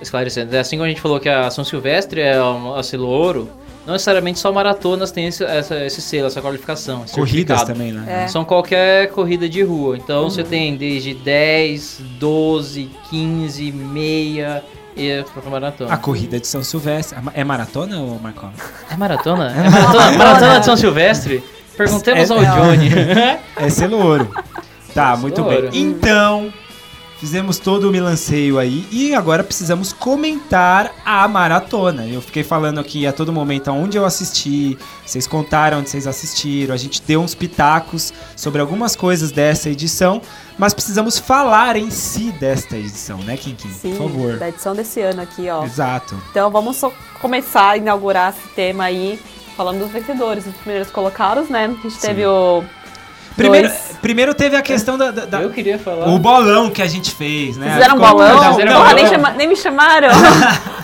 Esclarecendo, assim como a gente falou que a São Silvestre é um a selo ouro, não necessariamente só maratonas têm esse, essa- esse selo, essa qualificação. esse Corridas certificado. também, né? É. São qualquer corrida de rua. Então você tem desde 10, 12, 15, meia e para maratona. A corrida de São Silvestre. a ma- É maratona ou Marcão? É maratona? É maratona? maratona de São Silvestre? Perguntemos ao É- Johnny. É selo ouro. Tá, Selo muito ouro. bem. Então, fizemos todo o milanceio aí e agora precisamos comentar a maratona. Eu fiquei falando aqui a todo momento onde eu assisti, vocês contaram onde vocês assistiram, a gente deu uns pitacos sobre algumas coisas dessa edição, mas precisamos falar em si desta edição, né, Kinkin? Sim, Por favor. da edição desse ano aqui, ó. Exato. Então vamos só começar a inaugurar esse tema aí, falando dos vencedores, os primeiros colocados, né? A gente teve o. Primeiro, Dois. primeiro teve a questão da, da- da- Eu queria falar. o bolão que a gente fez, né? Fizeram um Ficou- bolão? fizeram Porra, bolão. nem, chama- nem me chamaram.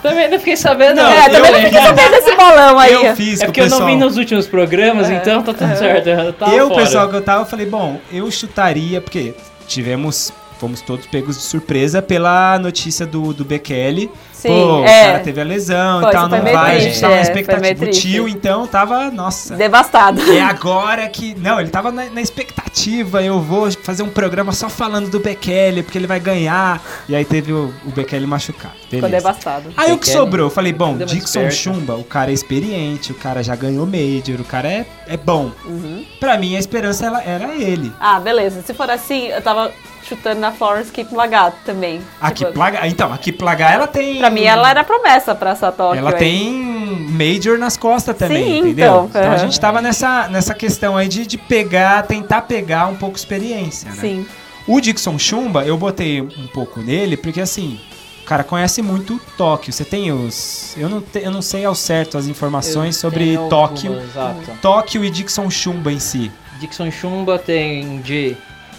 Também não fiquei sabendo. Não, é, eu também não fiquei sabendo desse bolão aí. Eu fiz com É o porque eu não pessoal. vi nos últimos programas, então tá tudo certo. Eu, tava eu, fora. pessoal que eu tava, eu falei, bom, eu chutaria, porque tivemos. Fomos todos pegos de surpresa pela notícia do, do Bekele. Sim, Pô, o cara é. teve a lesão Foi, e tal, isso foi não meio vai. a gente triste, tava na é, foi meio expectativa. O triste. tio, então, tava. Nossa. Devastado. É agora que. Não, ele tava na, na expectativa. Eu vou fazer um programa só falando do Bekele, porque ele vai ganhar. E aí teve o, o Bekele machucado. Ficou Beleza. devastado. Aí o que Bekele sobrou? Eu falei, bom, ainda mais Dixon esperto. Chumba, o cara é experiente, o cara já ganhou Major, o cara é, é bom. Uhum. Pra mim, a esperança ela, era ele. Ah, beleza. Se for assim, eu tava chutando na Florence Kip Lagato também. A que Tipo, plaga, então, a que plagar ela tem. Pra mim, ela era promessa pra essa Tóquio. Ela aí. tem major nas costas também, Sim, entendeu? então, a aham. gente tava nessa, nessa questão aí de, de pegar, tentar pegar um pouco experiência, né? Sim. O Dixon Chumba, eu botei um pouco nele, porque assim, o cara conhece muito Tóquio. Você tem os. Eu não, te- eu não sei ao certo as informações sobre Tem Tóquio. algumas, Exato. Tóquio e Dixon Chumba em si. Dixon Chumba tem de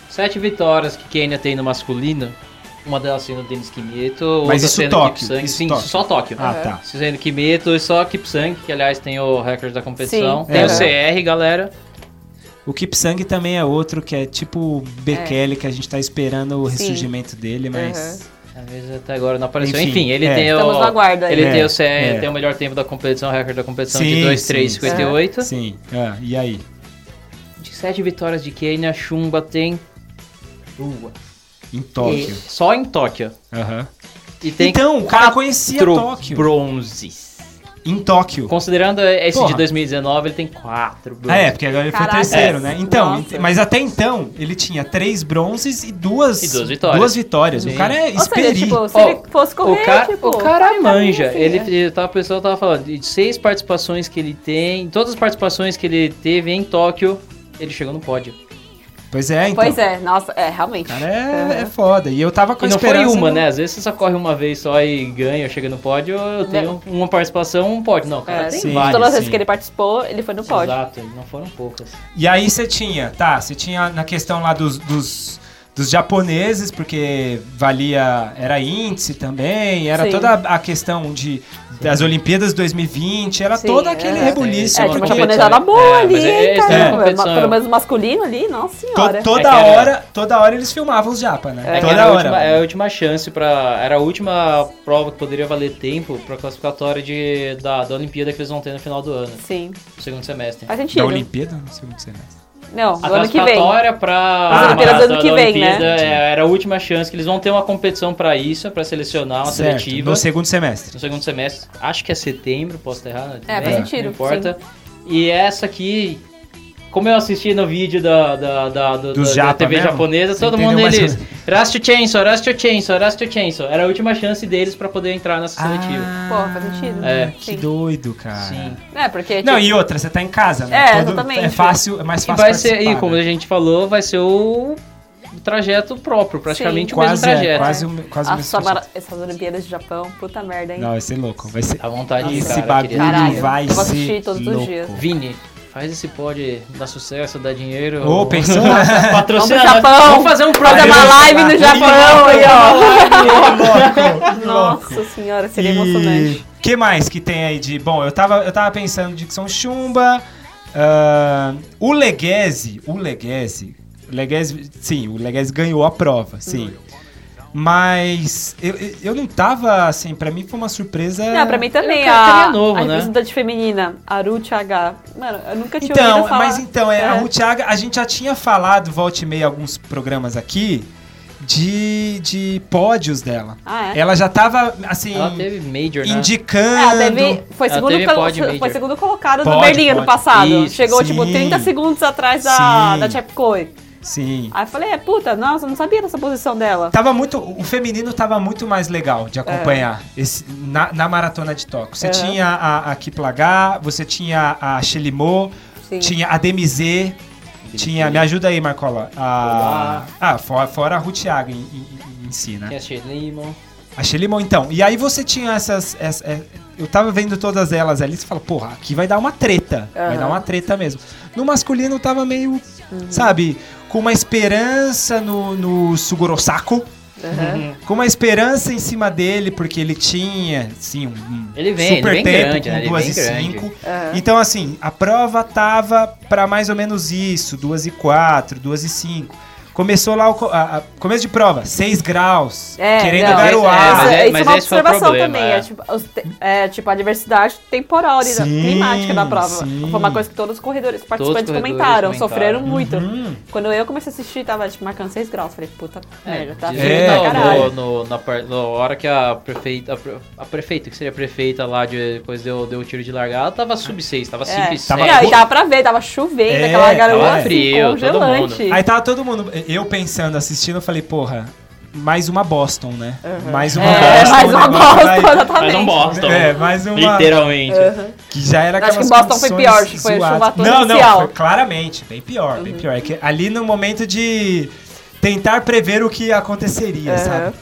sete vitórias que Kenya tem no masculino. Uma delas sendo o Denis Kimeto. Mas outra isso sendo Tóquio, Kipsang. isso Sim, Tóquio. só Tóquio. Ah, Aham. tá. Sendo Kimeto e só Kipsang, que aliás tem o recorde da competição. Sim, tem é. o CR, galera. O Kipsang também é outro que é tipo o Bekele, que a gente tá esperando o Sim. ressurgimento dele, mas. Às vezes até agora não apareceu. Enfim, Enfim, ele é. tem o. Estamos no aguardo aí. Ele É, tem o CR, é. tem o melhor tempo da competição, o recorde da competição Sim, de sim, 2,358. Sim, ah, e aí? De sete vitórias de Quênia, Chumba tem duas. Em Tóquio. E só em Tóquio. Aham. E tem então, o cara quatro conhecia Tóquio. bronzes. Em Tóquio. Considerando esse Porra. de 2019, ele tem quatro Ah, bronzes. é, porque agora ele foi o Caraca. terceiro, É. né? Então, Nossa. mas até então, ele tinha três bronzes e duas, E duas vitórias. duas vitórias. O Sim. cara é Ou seja, esperi. tipo, se Ó, ele fosse correr, O cara, tipo... o cara vai manja. caminho assim, ele, né? ele tava, o pessoal tava falando de seis participações que ele tem, todas as participações que ele teve em Tóquio, ele chegou no pódio. Pois é, então. Pois é, nossa, é, O realmente. cara é, Aham. é foda. E eu tava com E a não foi esperança. uma, no- né? Às vezes você só corre uma vez só e ganha, chega no pódio, eu tenho uma participação, um pódio. Não, o cara, É, tem sim. vários. Todas as sim. vezes que ele participou, ele foi no pódio. Exato, não foram poucas. E aí você tinha, tá, você tinha na questão lá dos, dos, dos japoneses, porque valia, era índice também, era Sim. toda a questão de das Olimpíadas 2020, era Sim, todo aquele é. rebuliço. né, Só É, tinha uma competição, japonesada é. boa É, mas ali, é- hein, é isso, cara? é uma competição. Mas Pelo menos masculino ali, nossa To- senhora. toda É que era- hora, toda hora eles filmavam os japa, né? É que era toda a hora. última, é a última chance pra. Era a última prova que poderia valer tempo pra classificatória de, da, da Olimpíada que eles vão ter no final do ano, Sim, no segundo semestre. faz Da sentido. Olimpíada, não sei o que você é. Não, A do ano que vem. classificatória pra. As pra- Olimpíadas do ano da que vem, Olimpíada, né? é, Era a última chance que eles vão ter uma competição pra isso, pra selecionar uma Certo, seletiva. no segundo semestre. no segundo semestre. Acho que é setembro, posso estar errado. É, também, faz sentido, Não importa. E essa aqui, como eu assisti no vídeo da, da, da, do- Dos da- da japa TV mesmo? japonesa, Você todo entendeu mundo mais ou eles. Rastu Chainsaw, Rastu Chainsaw, Rastu Chainsaw. Era a última chance deles pra poder entrar nessa seletiva. Pô, faz sentido. né? É, Que Sim. doido, Ah, cara. Sim. É, porque Não, tipo, e outra, você tá em casa, né? É, exatamente. É fácil, é mais E fácil vai ser, e participar, como né? a gente falou, vai ser o o trajeto próprio, praticamente Sim. o mesmo quase, é, Tipo, trajeto. né? quase, um- quase o as mesmo Samara- projeto. essas Olimpíadas de Japão, puta merda, hein? Não, vai ser louco. Vai ser... A Tá vontade, Esse cara. bagulho queria- Caralho, vai eu vou assistir ser todos os louco. dias. Vini, faz esse pod dar sucesso, dar dinheiro. Ô, pensou? Patrocina. Vamos pro nós. Japão. Vamos fazer um Fazer programa é uma lá. live no Japão aí, ó. um louco, louco. Nossa senhora, seria E emocionante. que mais que tem aí de... Bom, eu tava, eu tava pensando de que são chumba, ah, o Leguese, o Leguese, o Leguese, sim, o Leguese ganhou a prova, sim. Mas eu, eu- eu não tava, assim, pra mim foi uma surpresa... Não, pra mim também. Eu quero- a, queria novo, a né? representante feminina, Aruti H. Mano, eu nunca tinha Então, ouvido Tá falar. mas então, é, a É. Ruth Aga, a gente já tinha falado, volta e meia, alguns programas aqui, de, de pódios dela. Ah, é? Ela já tava, assim, Ela teve major, né? indicando. É, ela teve, foi, Ela segundo, teve colo- pod major. foi segundo colocado do Pod, Berlim pod. ano passado. Isso, Chegou, tipo, sim. 30 segundos atrás da, Sim. da Chepkoe. Sim. Aí eu falei, é, puta, nossa, eu não sabia dessa posição dela. Tava muito, o feminino tava muito mais legal de acompanhar esse, na, na maratona de toque. Você É. tinha a, a Kiplagar, você tinha a Shelimô, Sim. tinha a DMZ, tinha, me ajuda aí, Marcola. A, Olá. ah, fora, fora a Ruth Aga em, em- em si, né? Tinha Shirley, Achei limão, então. E aí você tinha essas. essa- é, eu tava vendo todas elas ali, você fala, porra, aqui vai dar uma treta. Vai Aham. Uhum. dar uma treta mesmo. No masculino eu tava meio, sabe, com uma esperança no, no Sugurosako. Aham. Com uma esperança em cima dele, porque ele tinha, assim, um- um Ele vem, super ele vem tempo grande, com né? Ele 2 vem e 5. grande. Aham. Então, assim, a prova tava pra mais ou menos isso, 2 e 4, 2 e 5. Começou lá o co- a- a- começo de prova, 6 graus, É, querendo não, Ah, garoar. mas isso, é- isso mas é uma esse foi o observação problema, também. é. É. tipo, os te- é, tipo, a diversidade temporal ali, da- Sim, climática da prova. sim. Foi uma coisa que todos os corredores, participantes corredores comentaram, comentaram. sofreram muito. Hum. Quando eu comecei a assistir, tava tipo, marcando 6 graus. Falei, puta merda, tá frio é, pra caralho. no, no- na, par- na hora que a prefeita, a, pre- a prefeita, que seria a prefeita lá, de, depois deu, deu o tiro de largada, ela tava sub 6, tava 5 É. e 6. Tava- Não, e tava pra ver, tava chovendo, É, aquela garoa tava assim, frio, congelante. É, todo Aí tava todo mundo, eu pensando, assistindo, eu falei, porra, mais uma Boston, né? Mais uma É, Boston. mais o uma negócio bosta, vai- Mas exatamente. um Boston. É, mais uma. Literalmente. Aham. Que já era Acho que aquelas Boston foi condições pior, acho que foi um zoadas. chuva Não, não, torrencial. foi claramente, bem pior, Uhum. bem pior. É que ali no momento de tentar prever o que aconteceria, Uhum. sabe?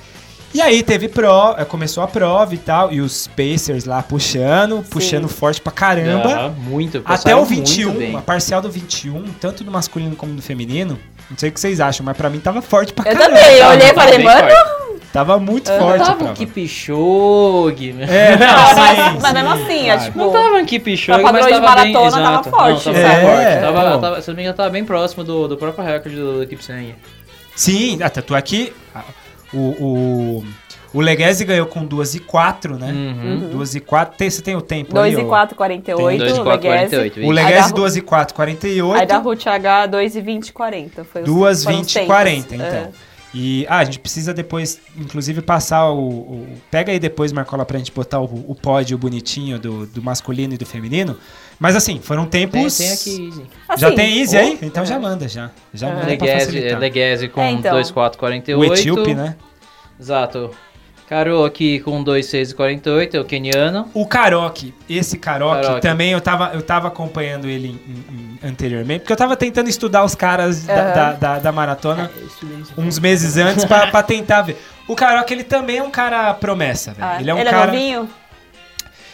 E aí teve pro, eh, começou a prova e tal, e os Pacers lá puxando, puxando forte pra caramba. Ah, muito. Até passaram o muito 21, bem. a parcial do 21, tanto do masculino como do feminino, não sei o que vocês acham, mas pra mim tava forte pra Eu caramba. também, eu olhei Tava e falei, bem mano. forte. Tava muito forte a Tava prova. um Kipchoge, meu. É, não, Mas, sim, mas mesmo sim, assim, claro. é tipo. Não tava um Kipchoge, Pra mas padrão de tava bem, maratona, tava exato. forte, Não, sabe? tava É, forte. Tava, então. tava, se não me engano, tava bem próximo do, do próprio recorde do, do Kipsengue. Sim, ah, tanto é que ah, o, o, o Leguese ganhou com 2 e 4, né? Uhum. 2 e 4, tem, você tem o tempo aí? 2 ô? e 4, 48, Dois de o quatro, Leguese. 48, O isso. Aí Leguese dá- 2 e 4, 48. Aí da Ruth H, 2 e 20, 40. Foi os- 2, foram os 20 e tempos. 40, É. então. E ah, a gente precisa depois, inclusive, passar o. o- pega aí depois, Marcola, pra gente botar o, o pódio bonitinho do, do masculino e do feminino. Mas assim, foram Tem, tempos. tem aqui, É. easy. Assim, já tem Easy o- aí? Então já manda, já. Já manda É, pra Leguese, facilitar. Leguese com É, então. 2,448. o etíope, né? Exato. Caro aqui com 2,648, é o keniano. O Karoque, esse Karoque Karoque. também eu tava, eu tava acompanhando ele em- em- em- anteriormente, porque eu tava tentando estudar os caras da, Aham. da, da- da maratona uns meses antes pra, pra tentar ver. O Karoque, ele também é um cara promessa, velho. Ah, ele é um cara. novinho?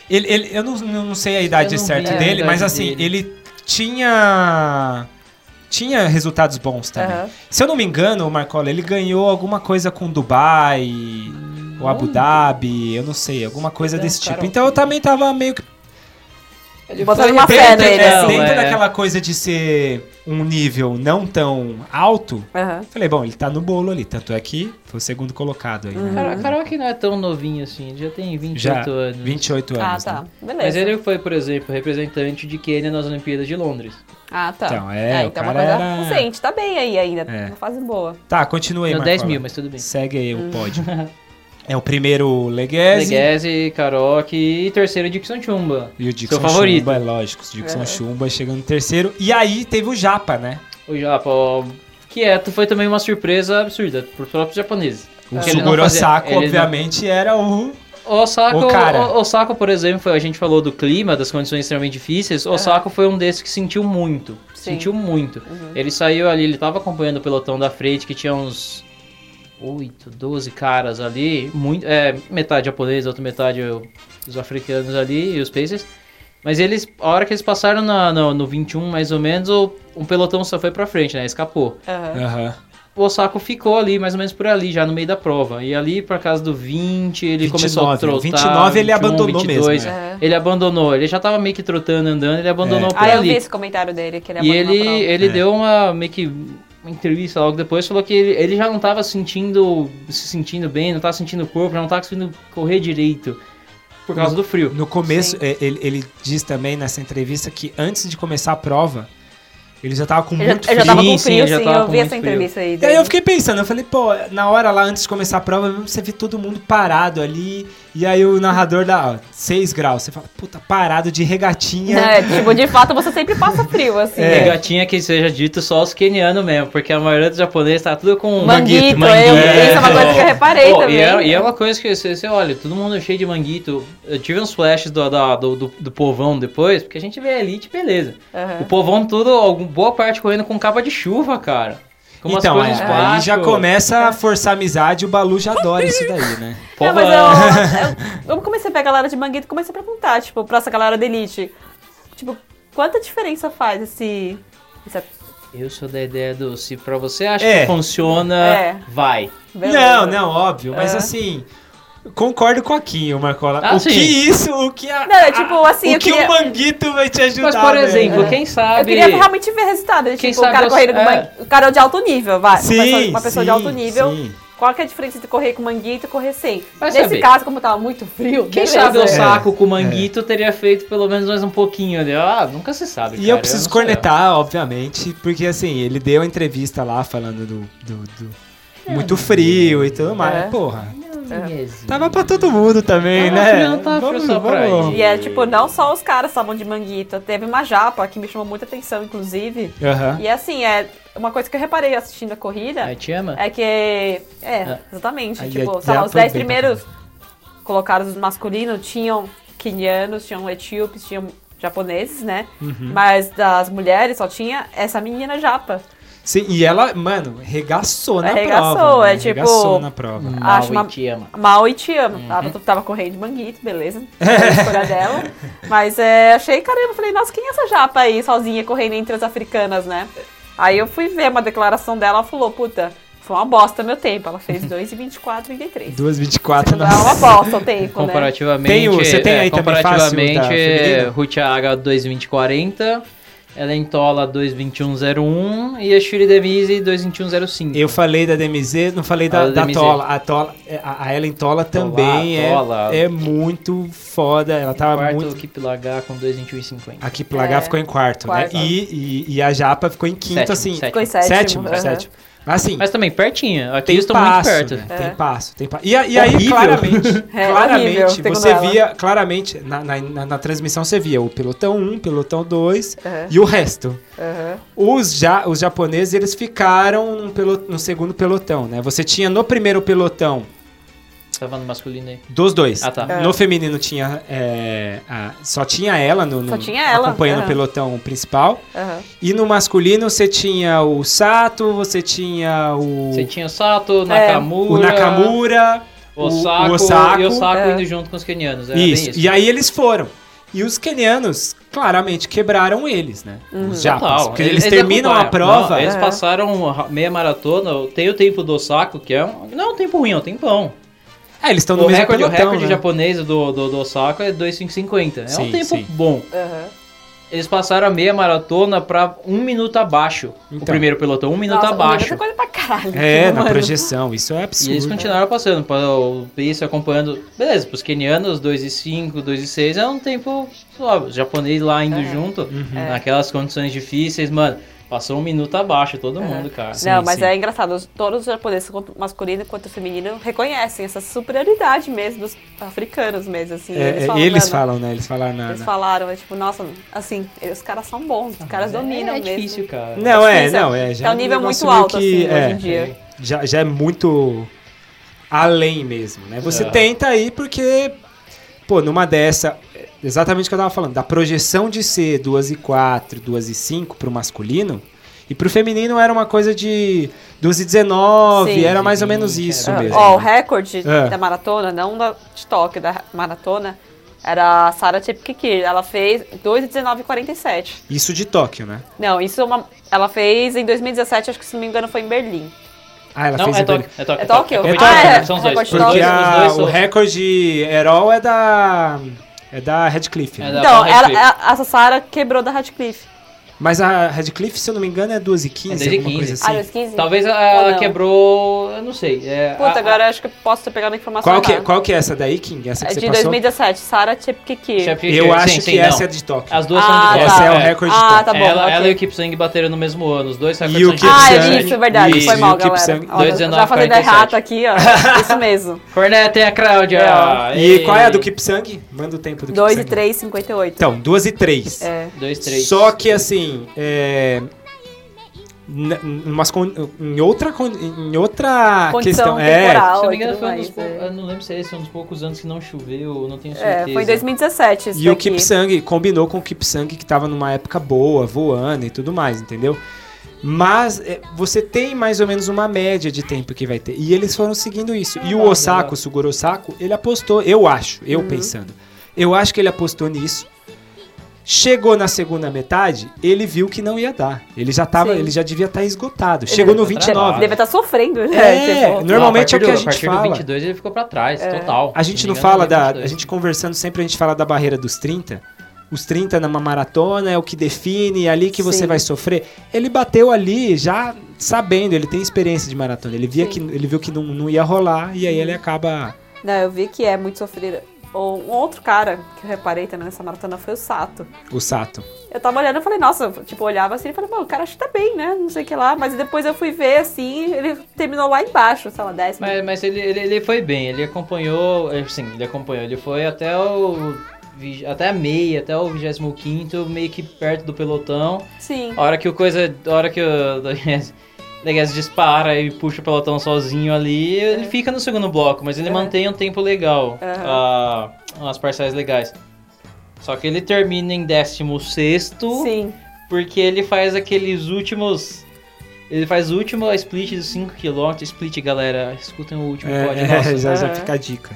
Ele, ele- eu não, não sei a idade Eu não certa vi a dele, idade mas assim, dele. ele tinha. tinha resultados bons também. Aham. Se eu não me engano, o Marcola, ele ganhou alguma coisa com Dubai, o Abu Dhabi, eu não sei, alguma coisa É, desse cara, tipo. Então eu também tava meio que Botando uma foi- fé Não, nele, é. assim. dentro daquela coisa de ser um nível não tão alto. Aham. Falei, bom, ele tá no bolo ali, tanto é que foi o segundo colocado aí, né? Cara, Hum. a Carol que não é tão novinho assim, ele já tem 28 Já, anos. 28 Ah, anos. tá. né? Beleza. Mas ele foi, por exemplo, representante de Quênia nas Olimpíadas de Londres. Ah, tá. Então, é, o então é uma cara coisa era- recente, tá bem aí ainda. É. Uma fase boa. Tá, continue aí, Deu Marcola. 10 mil, mas tudo bem. Segue aí Uhum. o pódio. É o primeiro Leguese, Leguese, Karoque e terceiro Dixon Chumba. e o Dixon favorito. Chumba, é lógico. O Dixon Chumba chegando em terceiro. E aí teve o Japa, né? O Japa, ó, que é, foi também uma surpresa absurda pros próprios japoneses. O Porque É. ele não Suguro fazia- Sako, ele não- obviamente, era o... Osaka, O o cara. o- Osaka, por exemplo, foi- a gente falou do clima, das condições extremamente difíceis. Osaka foi um desses que sentiu muito. Sim. Sentiu muito. Ele saiu ali, ele tava acompanhando o pelotão da frente, que tinha uns 8, 12 caras ali. Muito, é, metade japonês, outra metade eu- os africanos ali e os pacers. Mas eles, a hora que eles passaram na- no, no 21, mais ou menos, o, um pelotão só foi pra frente, né? Escapou Aham. Aham. o Osako ficou ali, mais ou menos por ali, já no meio da prova. E ali, por causa do 20, ele 29, começou a trotar. um, 29 ele abandonou mesmo, né? é. Ele abandonou, ele já tava meio que trotando, andando, ele abandonou É. por Ah, eu ali. vi esse comentário dele, que ele e abandonou ele, a prova. ele É. deu uma meio que uma entrevista logo depois, falou que ele, ele já não tava sentindo, se sentindo bem, não tava sentindo o corpo, não tava conseguindo correr direito por causa do frio. No começo, Sim. é, ele, ele diz também nessa entrevista que antes de começar a prova, ele já tava com Eu já, muito eu já frio. tava Sim, com sim, frio, já sim, tava eu com vi muito essa frio. entrevista aí. E aí dele. eu fiquei pensando, eu falei, pô, na hora lá, antes de começar a prova, você vê todo mundo parado ali, e aí o narrador dá, ó, 6 graus. Você fala, puta, parado de regatinha. Não, é, tipo, de fato você sempre passa frio, assim. É. né? Gatinha que seja dito só os quenianos mesmo, porque a maioria dos japoneses tá tudo com Manguito, manguito. eu- isso é uma coisa que eu reparei Pô, também. E é, e é uma coisa que você, você olha, todo mundo é cheio de manguito. Eu tive uns flashes do, da- do, do, do povão depois, porque a gente vê a elite, beleza. Aham. O povão tudo, algum, boa parte correndo com capa de chuva, cara. Com umas Então, aí, coisas aí já plástico. começa a forçar a amizade, o Balu já adora isso daí, né? Não, Povão. É, mas é- eu, eu, eu comecei a ver a galera de Manguito e comecei a perguntar, tipo, pra essa galera da Elite. Tipo, quanta diferença faz esse. essa- Eu sou da ideia do se pra você acha É. que funciona, É. vai. Não, não, óbvio, mas É. assim, concordo com a Kim, o Marcola. Ah, o sim. que isso, o que a, Não, é tipo, assim, o eu que queria- o Manguito vai te ajudar, né? Mas, por velho? exemplo, quem sabe. Eu queria realmente ver resultado. né? Quem Tipo, o sabe É. cara correndo com você- man- O cara de alto nível, vai. Uma pessoa- Sim, uma pessoa de sim, alto nível. sim. Qual que é a diferença entre correr com manguito e correr sem? Vai Nesse saber. caso, como tava muito frio, Quem beleza. sabe o É. saco com o manguito teria feito pelo menos mais um pouquinho ali. Ah, nunca se sabe. E cara, eu preciso não sei. cornetar, obviamente, porque assim, ele deu a entrevista lá falando do. do- do- muito frio e tudo mais. É. Porra. Beleza. Tava pra todo mundo também, Tava né? frio, não tava frio só pra E é tipo, não só os caras estavam de manguito. Teve uma japa que me chamou muita atenção, inclusive. Aham. E assim, é uma coisa que eu reparei assistindo a corrida. Aí te ama? É que. É, É. exatamente. Aí tipo, é- sei já lá, os foi 10 bem pra primeiros colocados no masculino tinham quenianos, tinham etíopes, tinham japoneses, né? Uhum. Mas das mulheres só tinha essa menina japa. Sim, e ela, mano, regaçou na Arregaçou, prova. é né? tipo- Regaçou na prova. acho Mal uma- e te ama. Mal e te amo. Uhum. Tava, tava correndo de manguito, beleza. Foi a escolha dela. Mas é, achei, caramba, falei, nossa, quem é essa japa aí sozinha correndo entre as africanas, né? Aí eu fui ver uma declaração dela, ela falou, puta, foi uma bosta meu tempo. Ela fez 2,24,33. 2h24 Não é uma na. bosta o tempo, né? Comparativamente. é, Tem o- você tem aí também fácil Comparativamente, da feminina? Ruth Aga 2,2040. Ela entola 2,2101. E a Shuri Demise 2,2105. Eu falei da DMZ, não falei Ah, da, da da DMZ. Tola. A, Tola a, a Ellen Tola também é, Tola. é muito foda. Ela tava Quarto, muito. Kip Lagar com 2,2150. A Kiplagar É, ficou em quarto, quarto. né? E, e, e a Japa ficou em quinto, Sétimo, assim. sétimo. Ficou em sétimo. Sétimo, aham. sétimo. Mas assim, Mas também pertinho. Aqui tem eu estou passo, muito perto. né? É. Tem passo, tem passo. E, a- e aí, Horrível. claramente, É, claramente, horrível, segundo você ela. via, claramente, na, na, na- na transmissão você via o pelotão 1, pelotão 2 Aham. e o resto. Aham. Os, ja, os japoneses, eles ficaram no, pelo, no segundo pelotão, né? Você tinha no primeiro pelotão Tava no masculino aí. dos dois. Ah, É. tá. No feminino tinha, é, a- só tinha ela no, no- Só tinha ela, acompanhando aham. o pelotão principal. Aham. E no masculino você tinha o Sato, você tinha o, Você tinha o É. Sato, Nakamura. o Nakamura, o, Osako, o Osako. e o Saco É. indo junto com os kenianos. Era bem Isso. E aí eles foram. E os quenianos claramente quebraram eles, né? Os japas. Total. Porque eles, terminam a acompanham. prova. Não, eles É. passaram ra- meia maratona, tem o tempo do Osaka, que é um. Não é um tempo ruim, é um tempo bom. É, eles estão no O mesmo recorde, o pelotão, recorde né? japonês do, do, do Osaka é 2,550. É Sim, um tempo sim. bom. Aham. Eles passaram a meia maratona pra um minuto abaixo. Então. O primeiro pelotão, um minuto Nossa, abaixo. Essa coisa pra caralho. É, na Mano. projeção. Isso é E absurdo. eles continuaram passando, pa- o- isso acompanhando. Beleza, pros quenianos, 2,5, 2,6 é um tempo suave. Os japonês lá indo É. junto, Uhum. naquelas condições difíceis, mano. Passou um minuto abaixo todo mundo, cara. não, sim, mas sim. é engraçado. os- Todos os japoneses, tanto masculino quanto feminino, reconhecem essa superioridade mesmo dos africanos mesmo, assim. É, é, eles, falam, mano, né? Ah, Eles falaram na. Eles na- falaram, é tipo, nossa, assim, os caras são bons, os caras dominam é, é mesmo. difícil, cara. Não, é, Assim, não, é. Já é um nível negócio muito meio alto, que- assim, é, hoje em dia. Já, já é muito além mesmo, né? Você É. tenta aí porque, pô, numa dessa, é exatamente o que eu tava falando, da projeção de ser 2 e 4, 2 e 5 pro masculino, e pro feminino era uma coisa de 2 e 19, Sim. era mais ou Sim, menos cara. isso Ah, mesmo. Ó, o recorde É. da maratona, não da de Tóquio, da maratona, era a Sarah Chepkikir. Ela fez 2,19,47. Isso de Tóquio, né? Não, isso é uma, ela fez em 2017, acho que se não me engano foi em Berlim. Ah, ela Não, fez é em Berlim. Tóquio. É Tóquio. É Tóquio? Tóquio. Ah, Tóquio, é. São os dois. Recorde Os dois- Porque Tóquio. os a- dois o são- recorde Herol é da. É da Radcliffe. É né? da- então, Barbara ela, Radcliffe. a, a Sarah quebrou da Radcliffe. Mas a Radcliffe, se eu não me engano, é 2 e 15, É 2 e alguma 15. coisa Ah, assim. eu esqueci. Talvez Ou ela não. quebrou. Eu não sei. É, Puta, a- agora acho que posso ter pegado a informação Qual que, é- errada. qual que é essa daí, Kim? Essa que É você de passou? 2017, Sarah a- Chepkikir. Chef Eu Sim, acho sim, que não. essa é de Tóquio. As duas Ah, são de tá. Tóquio. Essa é o recorde de Ah, Tóquio. tá bom. ela, ok. ela e o Kipsang bateram no mesmo ano. Os dois E o recordes são Ah, de Kipsang- é isso, é verdade. Isso, Foi mal, e o Keep galera. Sang- Ó, já 2,19,47. falei da errata aqui, ó. Isso mesmo. Cornetem a Cláudia. Ah, É, E qual é a do Kipsang? Manda o tempo do 2 Kipsang. e 3, 58. Então, 2 e 3. É. 2, 3. Só que assim, é... n- n- umas con- em outra, con- em outra Condição questão. É, temporal. Se não me e engano, tudo foi um dos mais, é. poucos. Eu não lembro se é esse é um dos poucos anos que né? não choveu, não tenho É, certeza. foi em 2017 isso e o daqui. Kipsang combinou com o Kipsang que tava numa época boa, voando e tudo mais, entendeu? Mas é, você tem mais ou menos uma média de tempo que vai ter. E eles foram seguindo isso. E o Legal, Osako, legal. o Sugoro Osako, ele apostou, eu acho, eu Uhum. pensando. Eu acho que ele apostou nisso. Chegou na segunda metade, ele viu que não ia dar. Ele já tava, Sim. ele já devia estar esgotado. Chegou no tá 29. atrasado. Deve estar sofrendo, né? É, Tipo, normal. normalmente é o que a gente A partir fala. do 22 ele ficou pra trás, total. A gente Se não me engano, fala foi da. 22. A gente conversando sempre, a gente fala da barreira dos 30. Os 30 numa maratona é o que define, é ali que você Sim. vai sofrer. Ele bateu ali já sabendo, ele tem experiência de maratona. Ele, via Sim. que, ele viu que não, não ia rolar Uhum. e aí ele acaba. Não, eu vi que é muito sofrido. O- Um outro cara que eu reparei também nessa maratona foi o Sato. O Sato. Eu tava olhando e falei, nossa, eu, tipo, olhava assim e falei, mano, o cara chuta bem, né? Não sei o que lá. Mas depois eu fui ver assim, ele terminou lá embaixo, sei lá, décimo. Mas, mas ele, ele, ele foi bem, ele acompanhou. eh, Sim, ele acompanhou. Ele foi até o. vi- Até a meia, até o 25, meio que perto do pelotão. Sim. A hora que o coisa. A hora que o Douglas Douglas dispara e puxa o pelotão sozinho ali, ele fica no segundo bloco, mas ele É. mantém um tempo legal. Aham. ah, umas parciais legais. Só que ele termina em 16 Sim. porque ele faz aqueles últimos. Ele faz o último split dos 5km. Split, galera, escutem o último É, pod. é, Nossa. já, já Aham. fica a dica.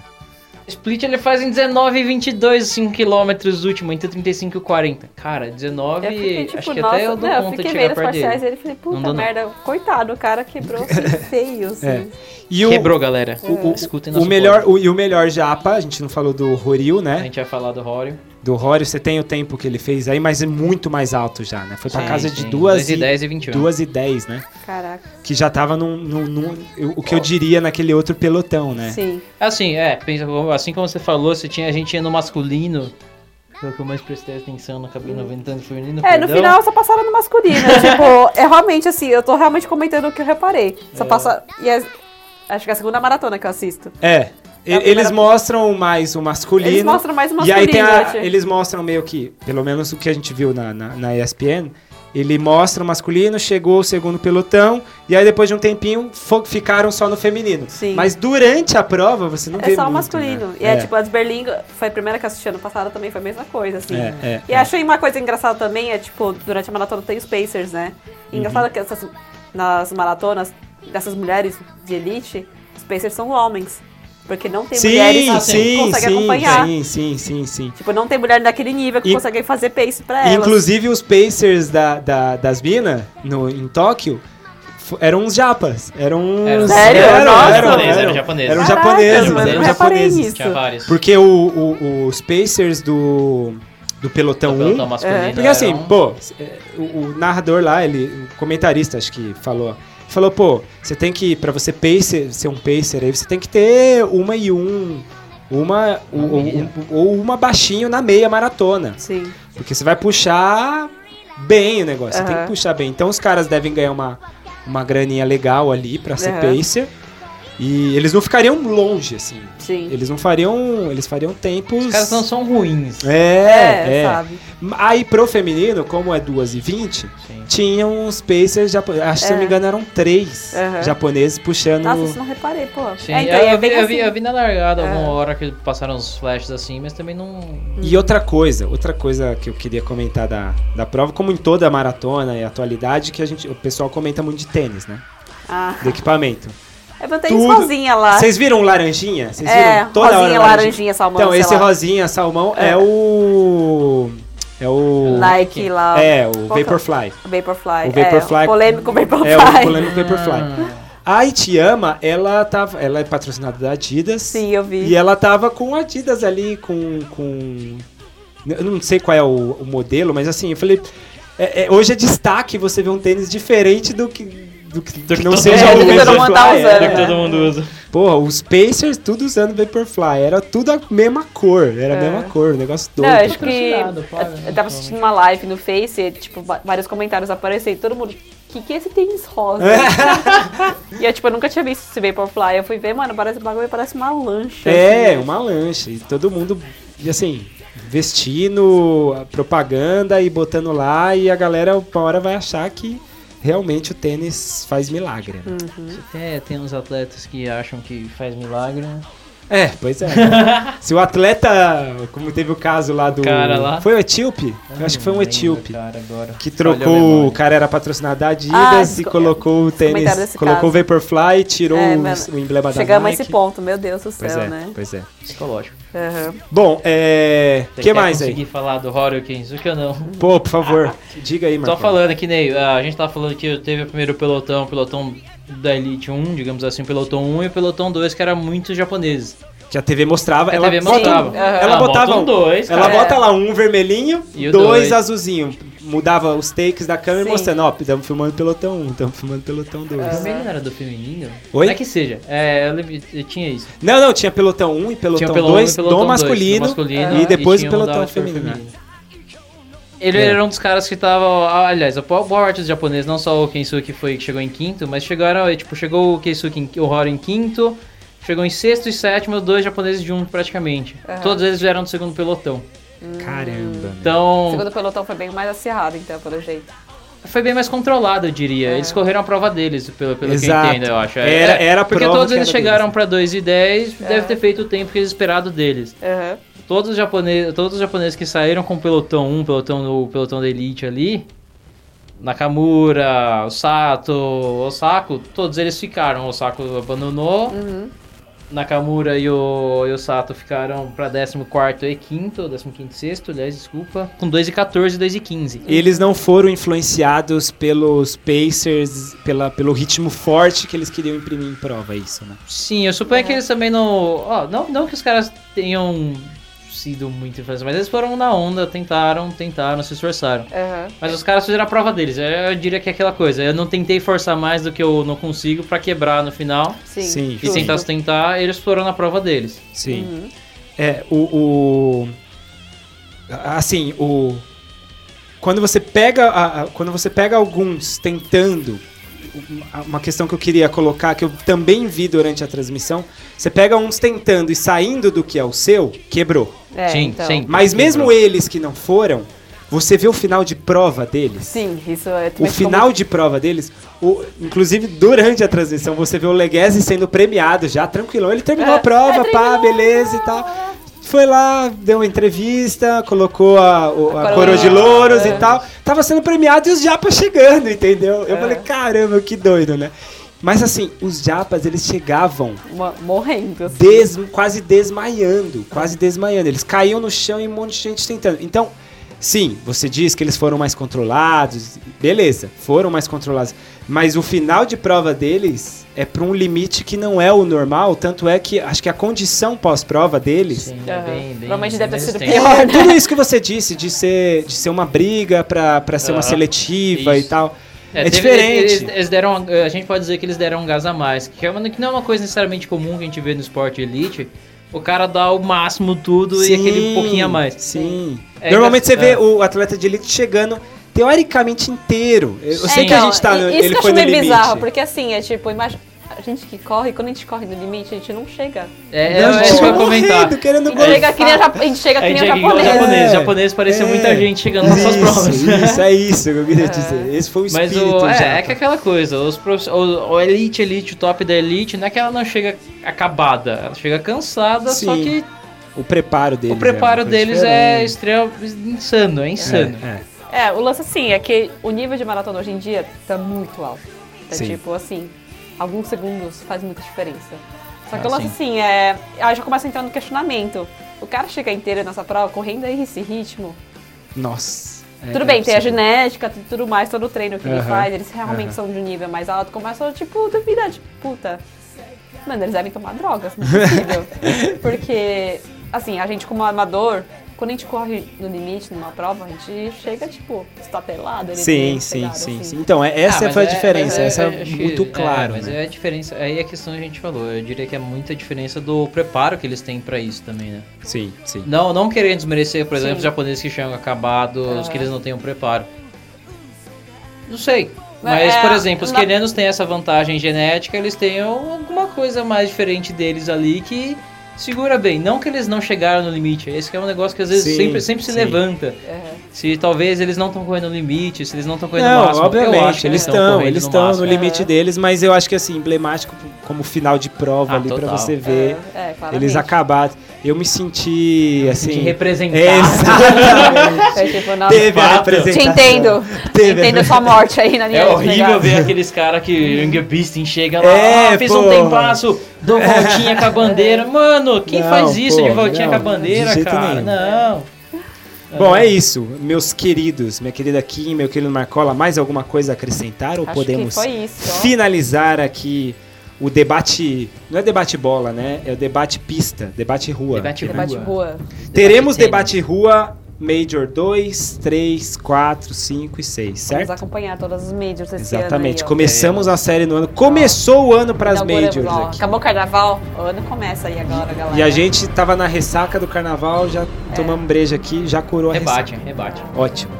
Split ele faz em 19 e 22, 5km último, entre 35 e 40. Cara, 19. Eu fiquei tipo, acho que nossa, até eu dou não, eu conta de fiquei chegar vendo os perto dele. parciais e ele falei, puta Não dou, não. merda, coitado, o cara quebrou assim, feio, assim. É. E o, Quebrou, galera. o- o- Escutem o nosso melhor, pod. o, e o melhor japa, a gente não falou do Horil, A né? gente vai falar do Rory. Do Rorio, você tem o tempo que ele fez aí, mas é muito mais alto já, né? Foi pra Sim, casa de sim. 2 2 e 10 e 21. 2 e 10, né? Caraca. Que já tava num, num- num- eu- o que eu diria naquele outro pelotão, né? Sim. Assim, é, pensa, assim como você falou, você tinha, a gente ia no masculino. Foi o que eu mais prestei atenção, não acabei não vendo tanto feminino. É, no perdão. final só passaram no masculino. tipo, é realmente assim, eu tô realmente comentando o que eu reparei. Só passa. E é- acho que é a segunda maratona que eu assisto. É. E- É a primeira- Eles mostram mais o masculino. Eles mostram mais o E aí masculino. tem a- eu achei. eles mostram meio que, pelo menos o que a gente viu na, na, na ESPN, ele mostra o masculino, chegou o segundo pelotão, e aí depois de um tempinho fo- ficaram só no feminino. Sim. Mas durante a prova você não vê É só o muito, masculino. né? E é, tipo, as Berlim, foi a primeira que eu assisti ano passado também, foi a mesma coisa, assim. É, é, E achei uma coisa engraçada também, é tipo, durante a maratona tem os Pacers, né? E Uhum. engraçado que essas, nas maratonas dessas mulheres de elite, os Pacers são homens. Porque não tem mulheres Sim, que sim, conseguem sim, acompanhar. sim, sim, sim, sim. Tipo, não tem mulher daquele nível que In- consegue fazer pace pra É, elas. Inclusive os Pacers da, da- das minas no- em Tóquio f- eram uns japas. Eram Eram- uns... Sério? um Eram, Nossa. eram, Japoneses, eram, eram japoneses. Eram Caraca, japoneses, mano, eu eram não reparei japoneses. nisso. Tinha vários. Porque o, o- os Pacers do, do Pelotão 1... Pelotão masculino um É. Porque assim, eram- pô, é, o, o narrador lá, ele, o comentarista, acho que falou, falou, pô, você tem que, pra você pacer, ser um pacer aí, você tem que ter uma e um, uma, ou- ou, meia. ou uma baixinho na meia maratona. Sim. Porque você vai puxar bem o negócio, você tem Aham. que puxar bem. Então os caras devem ganhar uma, uma graninha legal ali pra ser Aham. pacer. E eles não ficariam longe, assim. Sim. Eles não fariam. Eles fariam tempos. Os caras não são ruins. É, é. sabe? Aí pro feminino, como é 2 e 20, Sim. tinham os Pacers japoneses. Acho que se eu não me engano eram três É. Aham. japoneses puxando. Nossa, isso eu não reparei, pô. Sim, É, então, eu, é eu vi, bem eu, vi, assim. eu vi na largada É. alguma hora que passaram os flashes assim, mas também não. E outra coisa, outra coisa que eu queria comentar da, da prova, como em toda a maratona e atualidade, que a gente, o pessoal comenta muito de tênis, né? Ah, Do equipamento. eu botei isso Tudo- sozinha lá. Vocês viram o laranjinha? Vocês Ah. É, viram toda hora rosinha, o laranjinha, salmão, Então, sei esse lá. rosinha salmão é, É. o. É o. Nike lá. É, o Qual que Vaporfly. O Vaporfly. O Vaporfly. É, o polêmico Vaporfly. Ah. É o polêmico Vaporfly. Hum. A Itiama, ela tava, ela é patrocinada da Adidas. Sim, eu vi. E é ela tava com a Adidas ali, com. com... Eu não sei qual é o, o modelo, mas assim, eu falei. é- é- hoje é destaque você ver um tênis diferente do que. Do que, que não todo seja mundo- o do que todo mundo tá Vaporfly, É. usando, era. né? todo mundo usa. Porra, os Pacers tudo usando Vaporfly. Era tudo a mesma cor. Era a É. mesma cor, o negócio doido. Não, é eu acho que Patrocinado, paga, eu- eu tava assistindo uma live no Face e, tipo, va- vários comentários aparecem todo mundo, que que é esse tênis rosa? É. e eu, tipo, eu nunca tinha visto esse Vaporfly. Eu fui ver, mano, parece o bagulho, parece uma lancha. É, assim. uma lancha. E todo mundo, e assim, vestindo a propaganda e botando lá. E a galera, uma hora, vai achar que realmente o tênis faz milagre. né? Até É, tem uns atletas que acham que faz milagre. né? É, pois é. né? Se o atleta, como teve o caso lá do. cara lá. Foi o etíope? Eu acho que foi um Não lembro, etíope. Cara, agora. Que Olha a trocou, memória. o cara era patrocinado da Adidas Ah, e esse co- colocou o comentário tênis, desse colocou o caso. Vaporfly e tirou É, o- mano, o emblema da Chegamos a Nike. esse ponto, meu Deus do Pois céu, é, né? pois é. Psicológico. Aham. Bom, é. O Você que quer mais aí? conseguir falar do Horikins? Isso que eu não. Pô, por favor, diga aí, Marcão. Ah, Só falando aqui, Ney, a gente tava falando que teve o primeiro pelotão, o pelotão da Elite 1, digamos assim, o pelotão 1 e o pelotão 2, que era muito japoneses. Que a TV mostrava. A ela TV bota um- mostrava. ela Ah, botava bota um um- dois, Ela cara. bota lá um vermelhinho, E o dois, dois. azulzinho. Mudava os takes da câmera Sim. É. mostrando, ó, estamos filmando pelotão 1, estamos filmando pelotão 2. O vermelho não era do feminino? Oi? Não é que seja. É, eu, lembro- eu tinha isso. Não, não, tinha pelotão 1 e pelotão pelotão 2 um e pelotão do dois, masculino, do masculino, e depois e o tinha um pelotão da feminino. Ele É. era um dos caras que tava. ah, Aliás, a boa boa parte dos japoneses, não só o Kensuke foi que chegou em quinto, mas chegaram. eh, Tipo, chegou o Kensuke, em- o Hori em quinto, chegou em sexto e sétimo, os dois japoneses de um praticamente. Todos eles vieram do segundo pelotão. Caramba. meu. O Então, segundo pelotão foi bem mais acirrado, então, pelo jeito. foi bem mais controlado, eu diria. Eles correram a prova deles, pelo, pelo que eu Exato. entendo, eu acho. É, Era- era a Porque prova todos que eles era chegaram deles. pra 2 e 10, deve ter feito o tempo que eles esperado deles. Aham. Todos os, japoneses, todos os japoneses que saíram com o pelotão 1, pelotão, o pelotão da elite ali, Nakamura, o Sato, o Osako, todos eles ficaram. O Osako abandonou, Nakamura e o, e o Sato ficaram pra 14 e 5, 15 e 6, aliás, desculpa, com 2 e 14 e 2 e 15. Eles não foram influenciados pelos Pacers, pela, pelo ritmo forte que eles queriam imprimir em prova, é isso, né? Sim, eu É. suponho que eles também não, ó, não. Não que os caras tenham sido muito influenciados, mas eles foram na onda, tentaram, tentaram, se esforçaram. Aham. Mas os caras fizeram a prova deles. Eu, eu diria que é aquela coisa. Eu não tentei forçar mais do que eu não consigo pra quebrar no final. Sim. Uhum. Sim, E Justo. tentar se tentar, eles foram na prova deles. Sim. É, o, o- Assim, o. Quando você pega. a- a- quando você pega alguns tentando. uma- Uma questão que eu queria colocar, que eu também vi durante a transmissão. Você pega uns tentando e saindo do que é o seu, quebrou. É, sim, então. sim. Mas mesmo Quebrou. eles que não foram, você vê o final de prova deles. Sim, isso é O final de prova deles, o- inclusive durante a transmissão, você vê o Leguese sendo premiado já, tranquilão. Ele terminou É, a prova, é, pá, terminou. beleza e tal. Foi lá, deu uma entrevista, colocou a, o- a A coroa. coroa de louros É. e tal. Tava sendo premiado e os japas chegando, entendeu? Eu falei, caramba, que doido, né? Mas assim, os japas, eles chegavam Mo- Morrendo. assim. des- quase desmaiando, quase desmaiando. Eles caíam no chão e um monte de gente tentando. Então, sim, você diz que eles foram mais controlados, beleza, foram mais controlados. Mas o final de prova deles é para um limite que não é o normal, tanto é que acho que a condição pós-prova deles Sim, Aham. bem, bem, é. Provavelmente deve ter sido resistente. pior. é, tudo isso que você disse, de ser, de ser uma briga pra, pra ser uma Ah, seletiva isso. e tal. É teve- diferente. Eles, eles deram, a gente pode dizer que eles deram um gás a mais, que, é uma- que não é uma coisa necessariamente comum que a gente vê no esporte elite. O cara dá o máximo tudo e aquele pouquinho a mais. Sim. É Normalmente você engraçado. vê o atleta de elite chegando teoricamente inteiro. Eu eu É, sei que a então, gente tá e- no, Isso ele que eu foi acho no meio limite. bizarro, porque assim, é tipo, imagina. A gente que corre, quando a gente corre no limite, a gente não chega. É, é, Não, tipo, é isso que eu ia morrendo, comentar. querendo A gente chega golfar. que nem, a, jap- a gente chega que A nem gente a é igual japonesa. japonês. É. Japonês parecia É. muita gente chegando nas suas provas. isso, isso, é isso que eu queria dizer. Esse foi o Mas espírito o, já. é, é que aquela coisa, os profiss- o, o elite, elite, o top da elite, não é que ela não chega acabada, ela chega cansada, só Sim. que O preparo deles. o preparo é uma coisa deles diferente. é extremo, insano, é insano. É, é. É, o lance assim é que o nível de maratona hoje em dia tá muito alto. Tá Sim. tipo assim, alguns segundos faz muita diferença. Só que Ah, o lance sim. assim é. Aí já começa a entrar no questionamento. O cara chega inteiro nessa prova, correndo a esse ritmo. Nossa. é- tudo é bem, tem a absurdo. genética, tu- tudo mais, todo o treino que ele Aham, faz, eles realmente aham. são de um nível mais alto, começam, tipo, duvidar, tipo, puta. Mano, eles devem tomar drogas, não é possível. Porque, assim, a gente como amador, quando a gente corre no limite, numa prova, a gente chega, tipo, estatelado. ele Sim, meio sim, pegado, sim, assim. sim. Então, é, essa Ah, foi a mas é- diferença. mas é- essa eu é acho que- muito claro. É, mas né? é a diferença. Aí a questão que a gente falou. Eu diria que é muita diferença do preparo que eles têm pra isso também, né? Sim, sim. Não, não querendo desmerecer, por exemplo, Sim. os japoneses que chegam acabados, Aham. que eles não têm um preparo. Não sei. Mas Mas, é, por exemplo, os na- quenianos têm essa vantagem genética, eles têm alguma coisa mais diferente deles ali que segura bem. Não que eles não chegaram no limite, esse que é um negócio que às vezes Sim, sempre, sempre se sim. levanta. É. Se talvez eles não estão correndo no limite, se eles não estão correndo no Não, máximo. Eu acho obviamente, que eles estão, correndo eles no estão no, máximo. É. limite deles, mas eu acho que assim, emblemático como final de prova Ah, ali pra total. você ver É, é, claramente. eles acabaram. Eu me senti assim. de representar. Exatamente. É, tipo, nossa, Teve a Fato. Te apresentação. entendo. Teve a- Entendo sua morte aí na linha É de horrível pegada. ver aqueles caras que o Ingebrigtsen chega lá, É, ah, fiz pô. um tempasso, dou voltinha com a bandeira. Mano, quem Não, faz isso de pô, voltinha não, com a bandeira, de jeito cara? nenhum. Não. Bom, é isso. Meus queridos, minha querida Kim, meu querido Marcola, mais alguma coisa a acrescentar ou Acho podemos que foi isso, ó. finalizar aqui o debate, não é debate bola, né? É o debate pista, debate rua. Debate Debate rua. rua. Teremos Debate debate rua Major 2, 3, 4, 5 e 6, Vamos certo? acompanha todas as majors esse ano. Exatamente. aí, ó. Começamos a série no ano. Começou o ano pras Inauguramos, Majors ó. aqui. Acabou o carnaval, o ano começa aí agora, galera. E a gente tava na ressaca do carnaval, É. já tomamos breja aqui, já curou a Rebate, rebate. ressaca. Ótimo.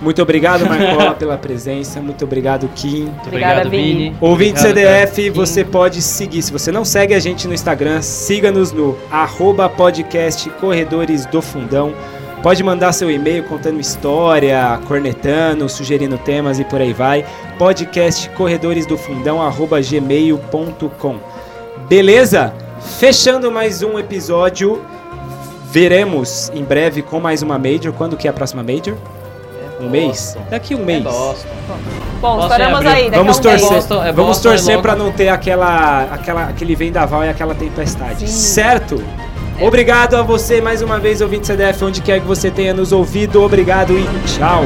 Muito obrigado, Marcola, pela presença. Muito obrigado, Kim. Muito Obrigada, obrigado, Vini. Vini. Ouvinte Obrigado, CDF, cara. você pode seguir. Se você não segue a gente no Instagram, siga-nos no arroba podcast Corredores do Fundão. Pode mandar seu e-mail contando história, cornetando, sugerindo temas e por aí vai. Podcast Corredores do Fundão, arroba gmail.com. Beleza? Fechando mais um episódio. Veremos em breve com mais uma Major. Quando que é a próxima Major? Um mês? Daqui um É mês. Boston. Bom, Posso estouramos abrir? aí, daqui Vamos a um torcer, mês. Boston- é vamos Boston, é torcer Londres. pra não ter aquela, aquela, aquele vendaval e aquela tempestade, Sim. É. certo? Obrigado a você mais uma vez, ouvinte CDF, onde quer que você tenha nos ouvido. Obrigado e tchau.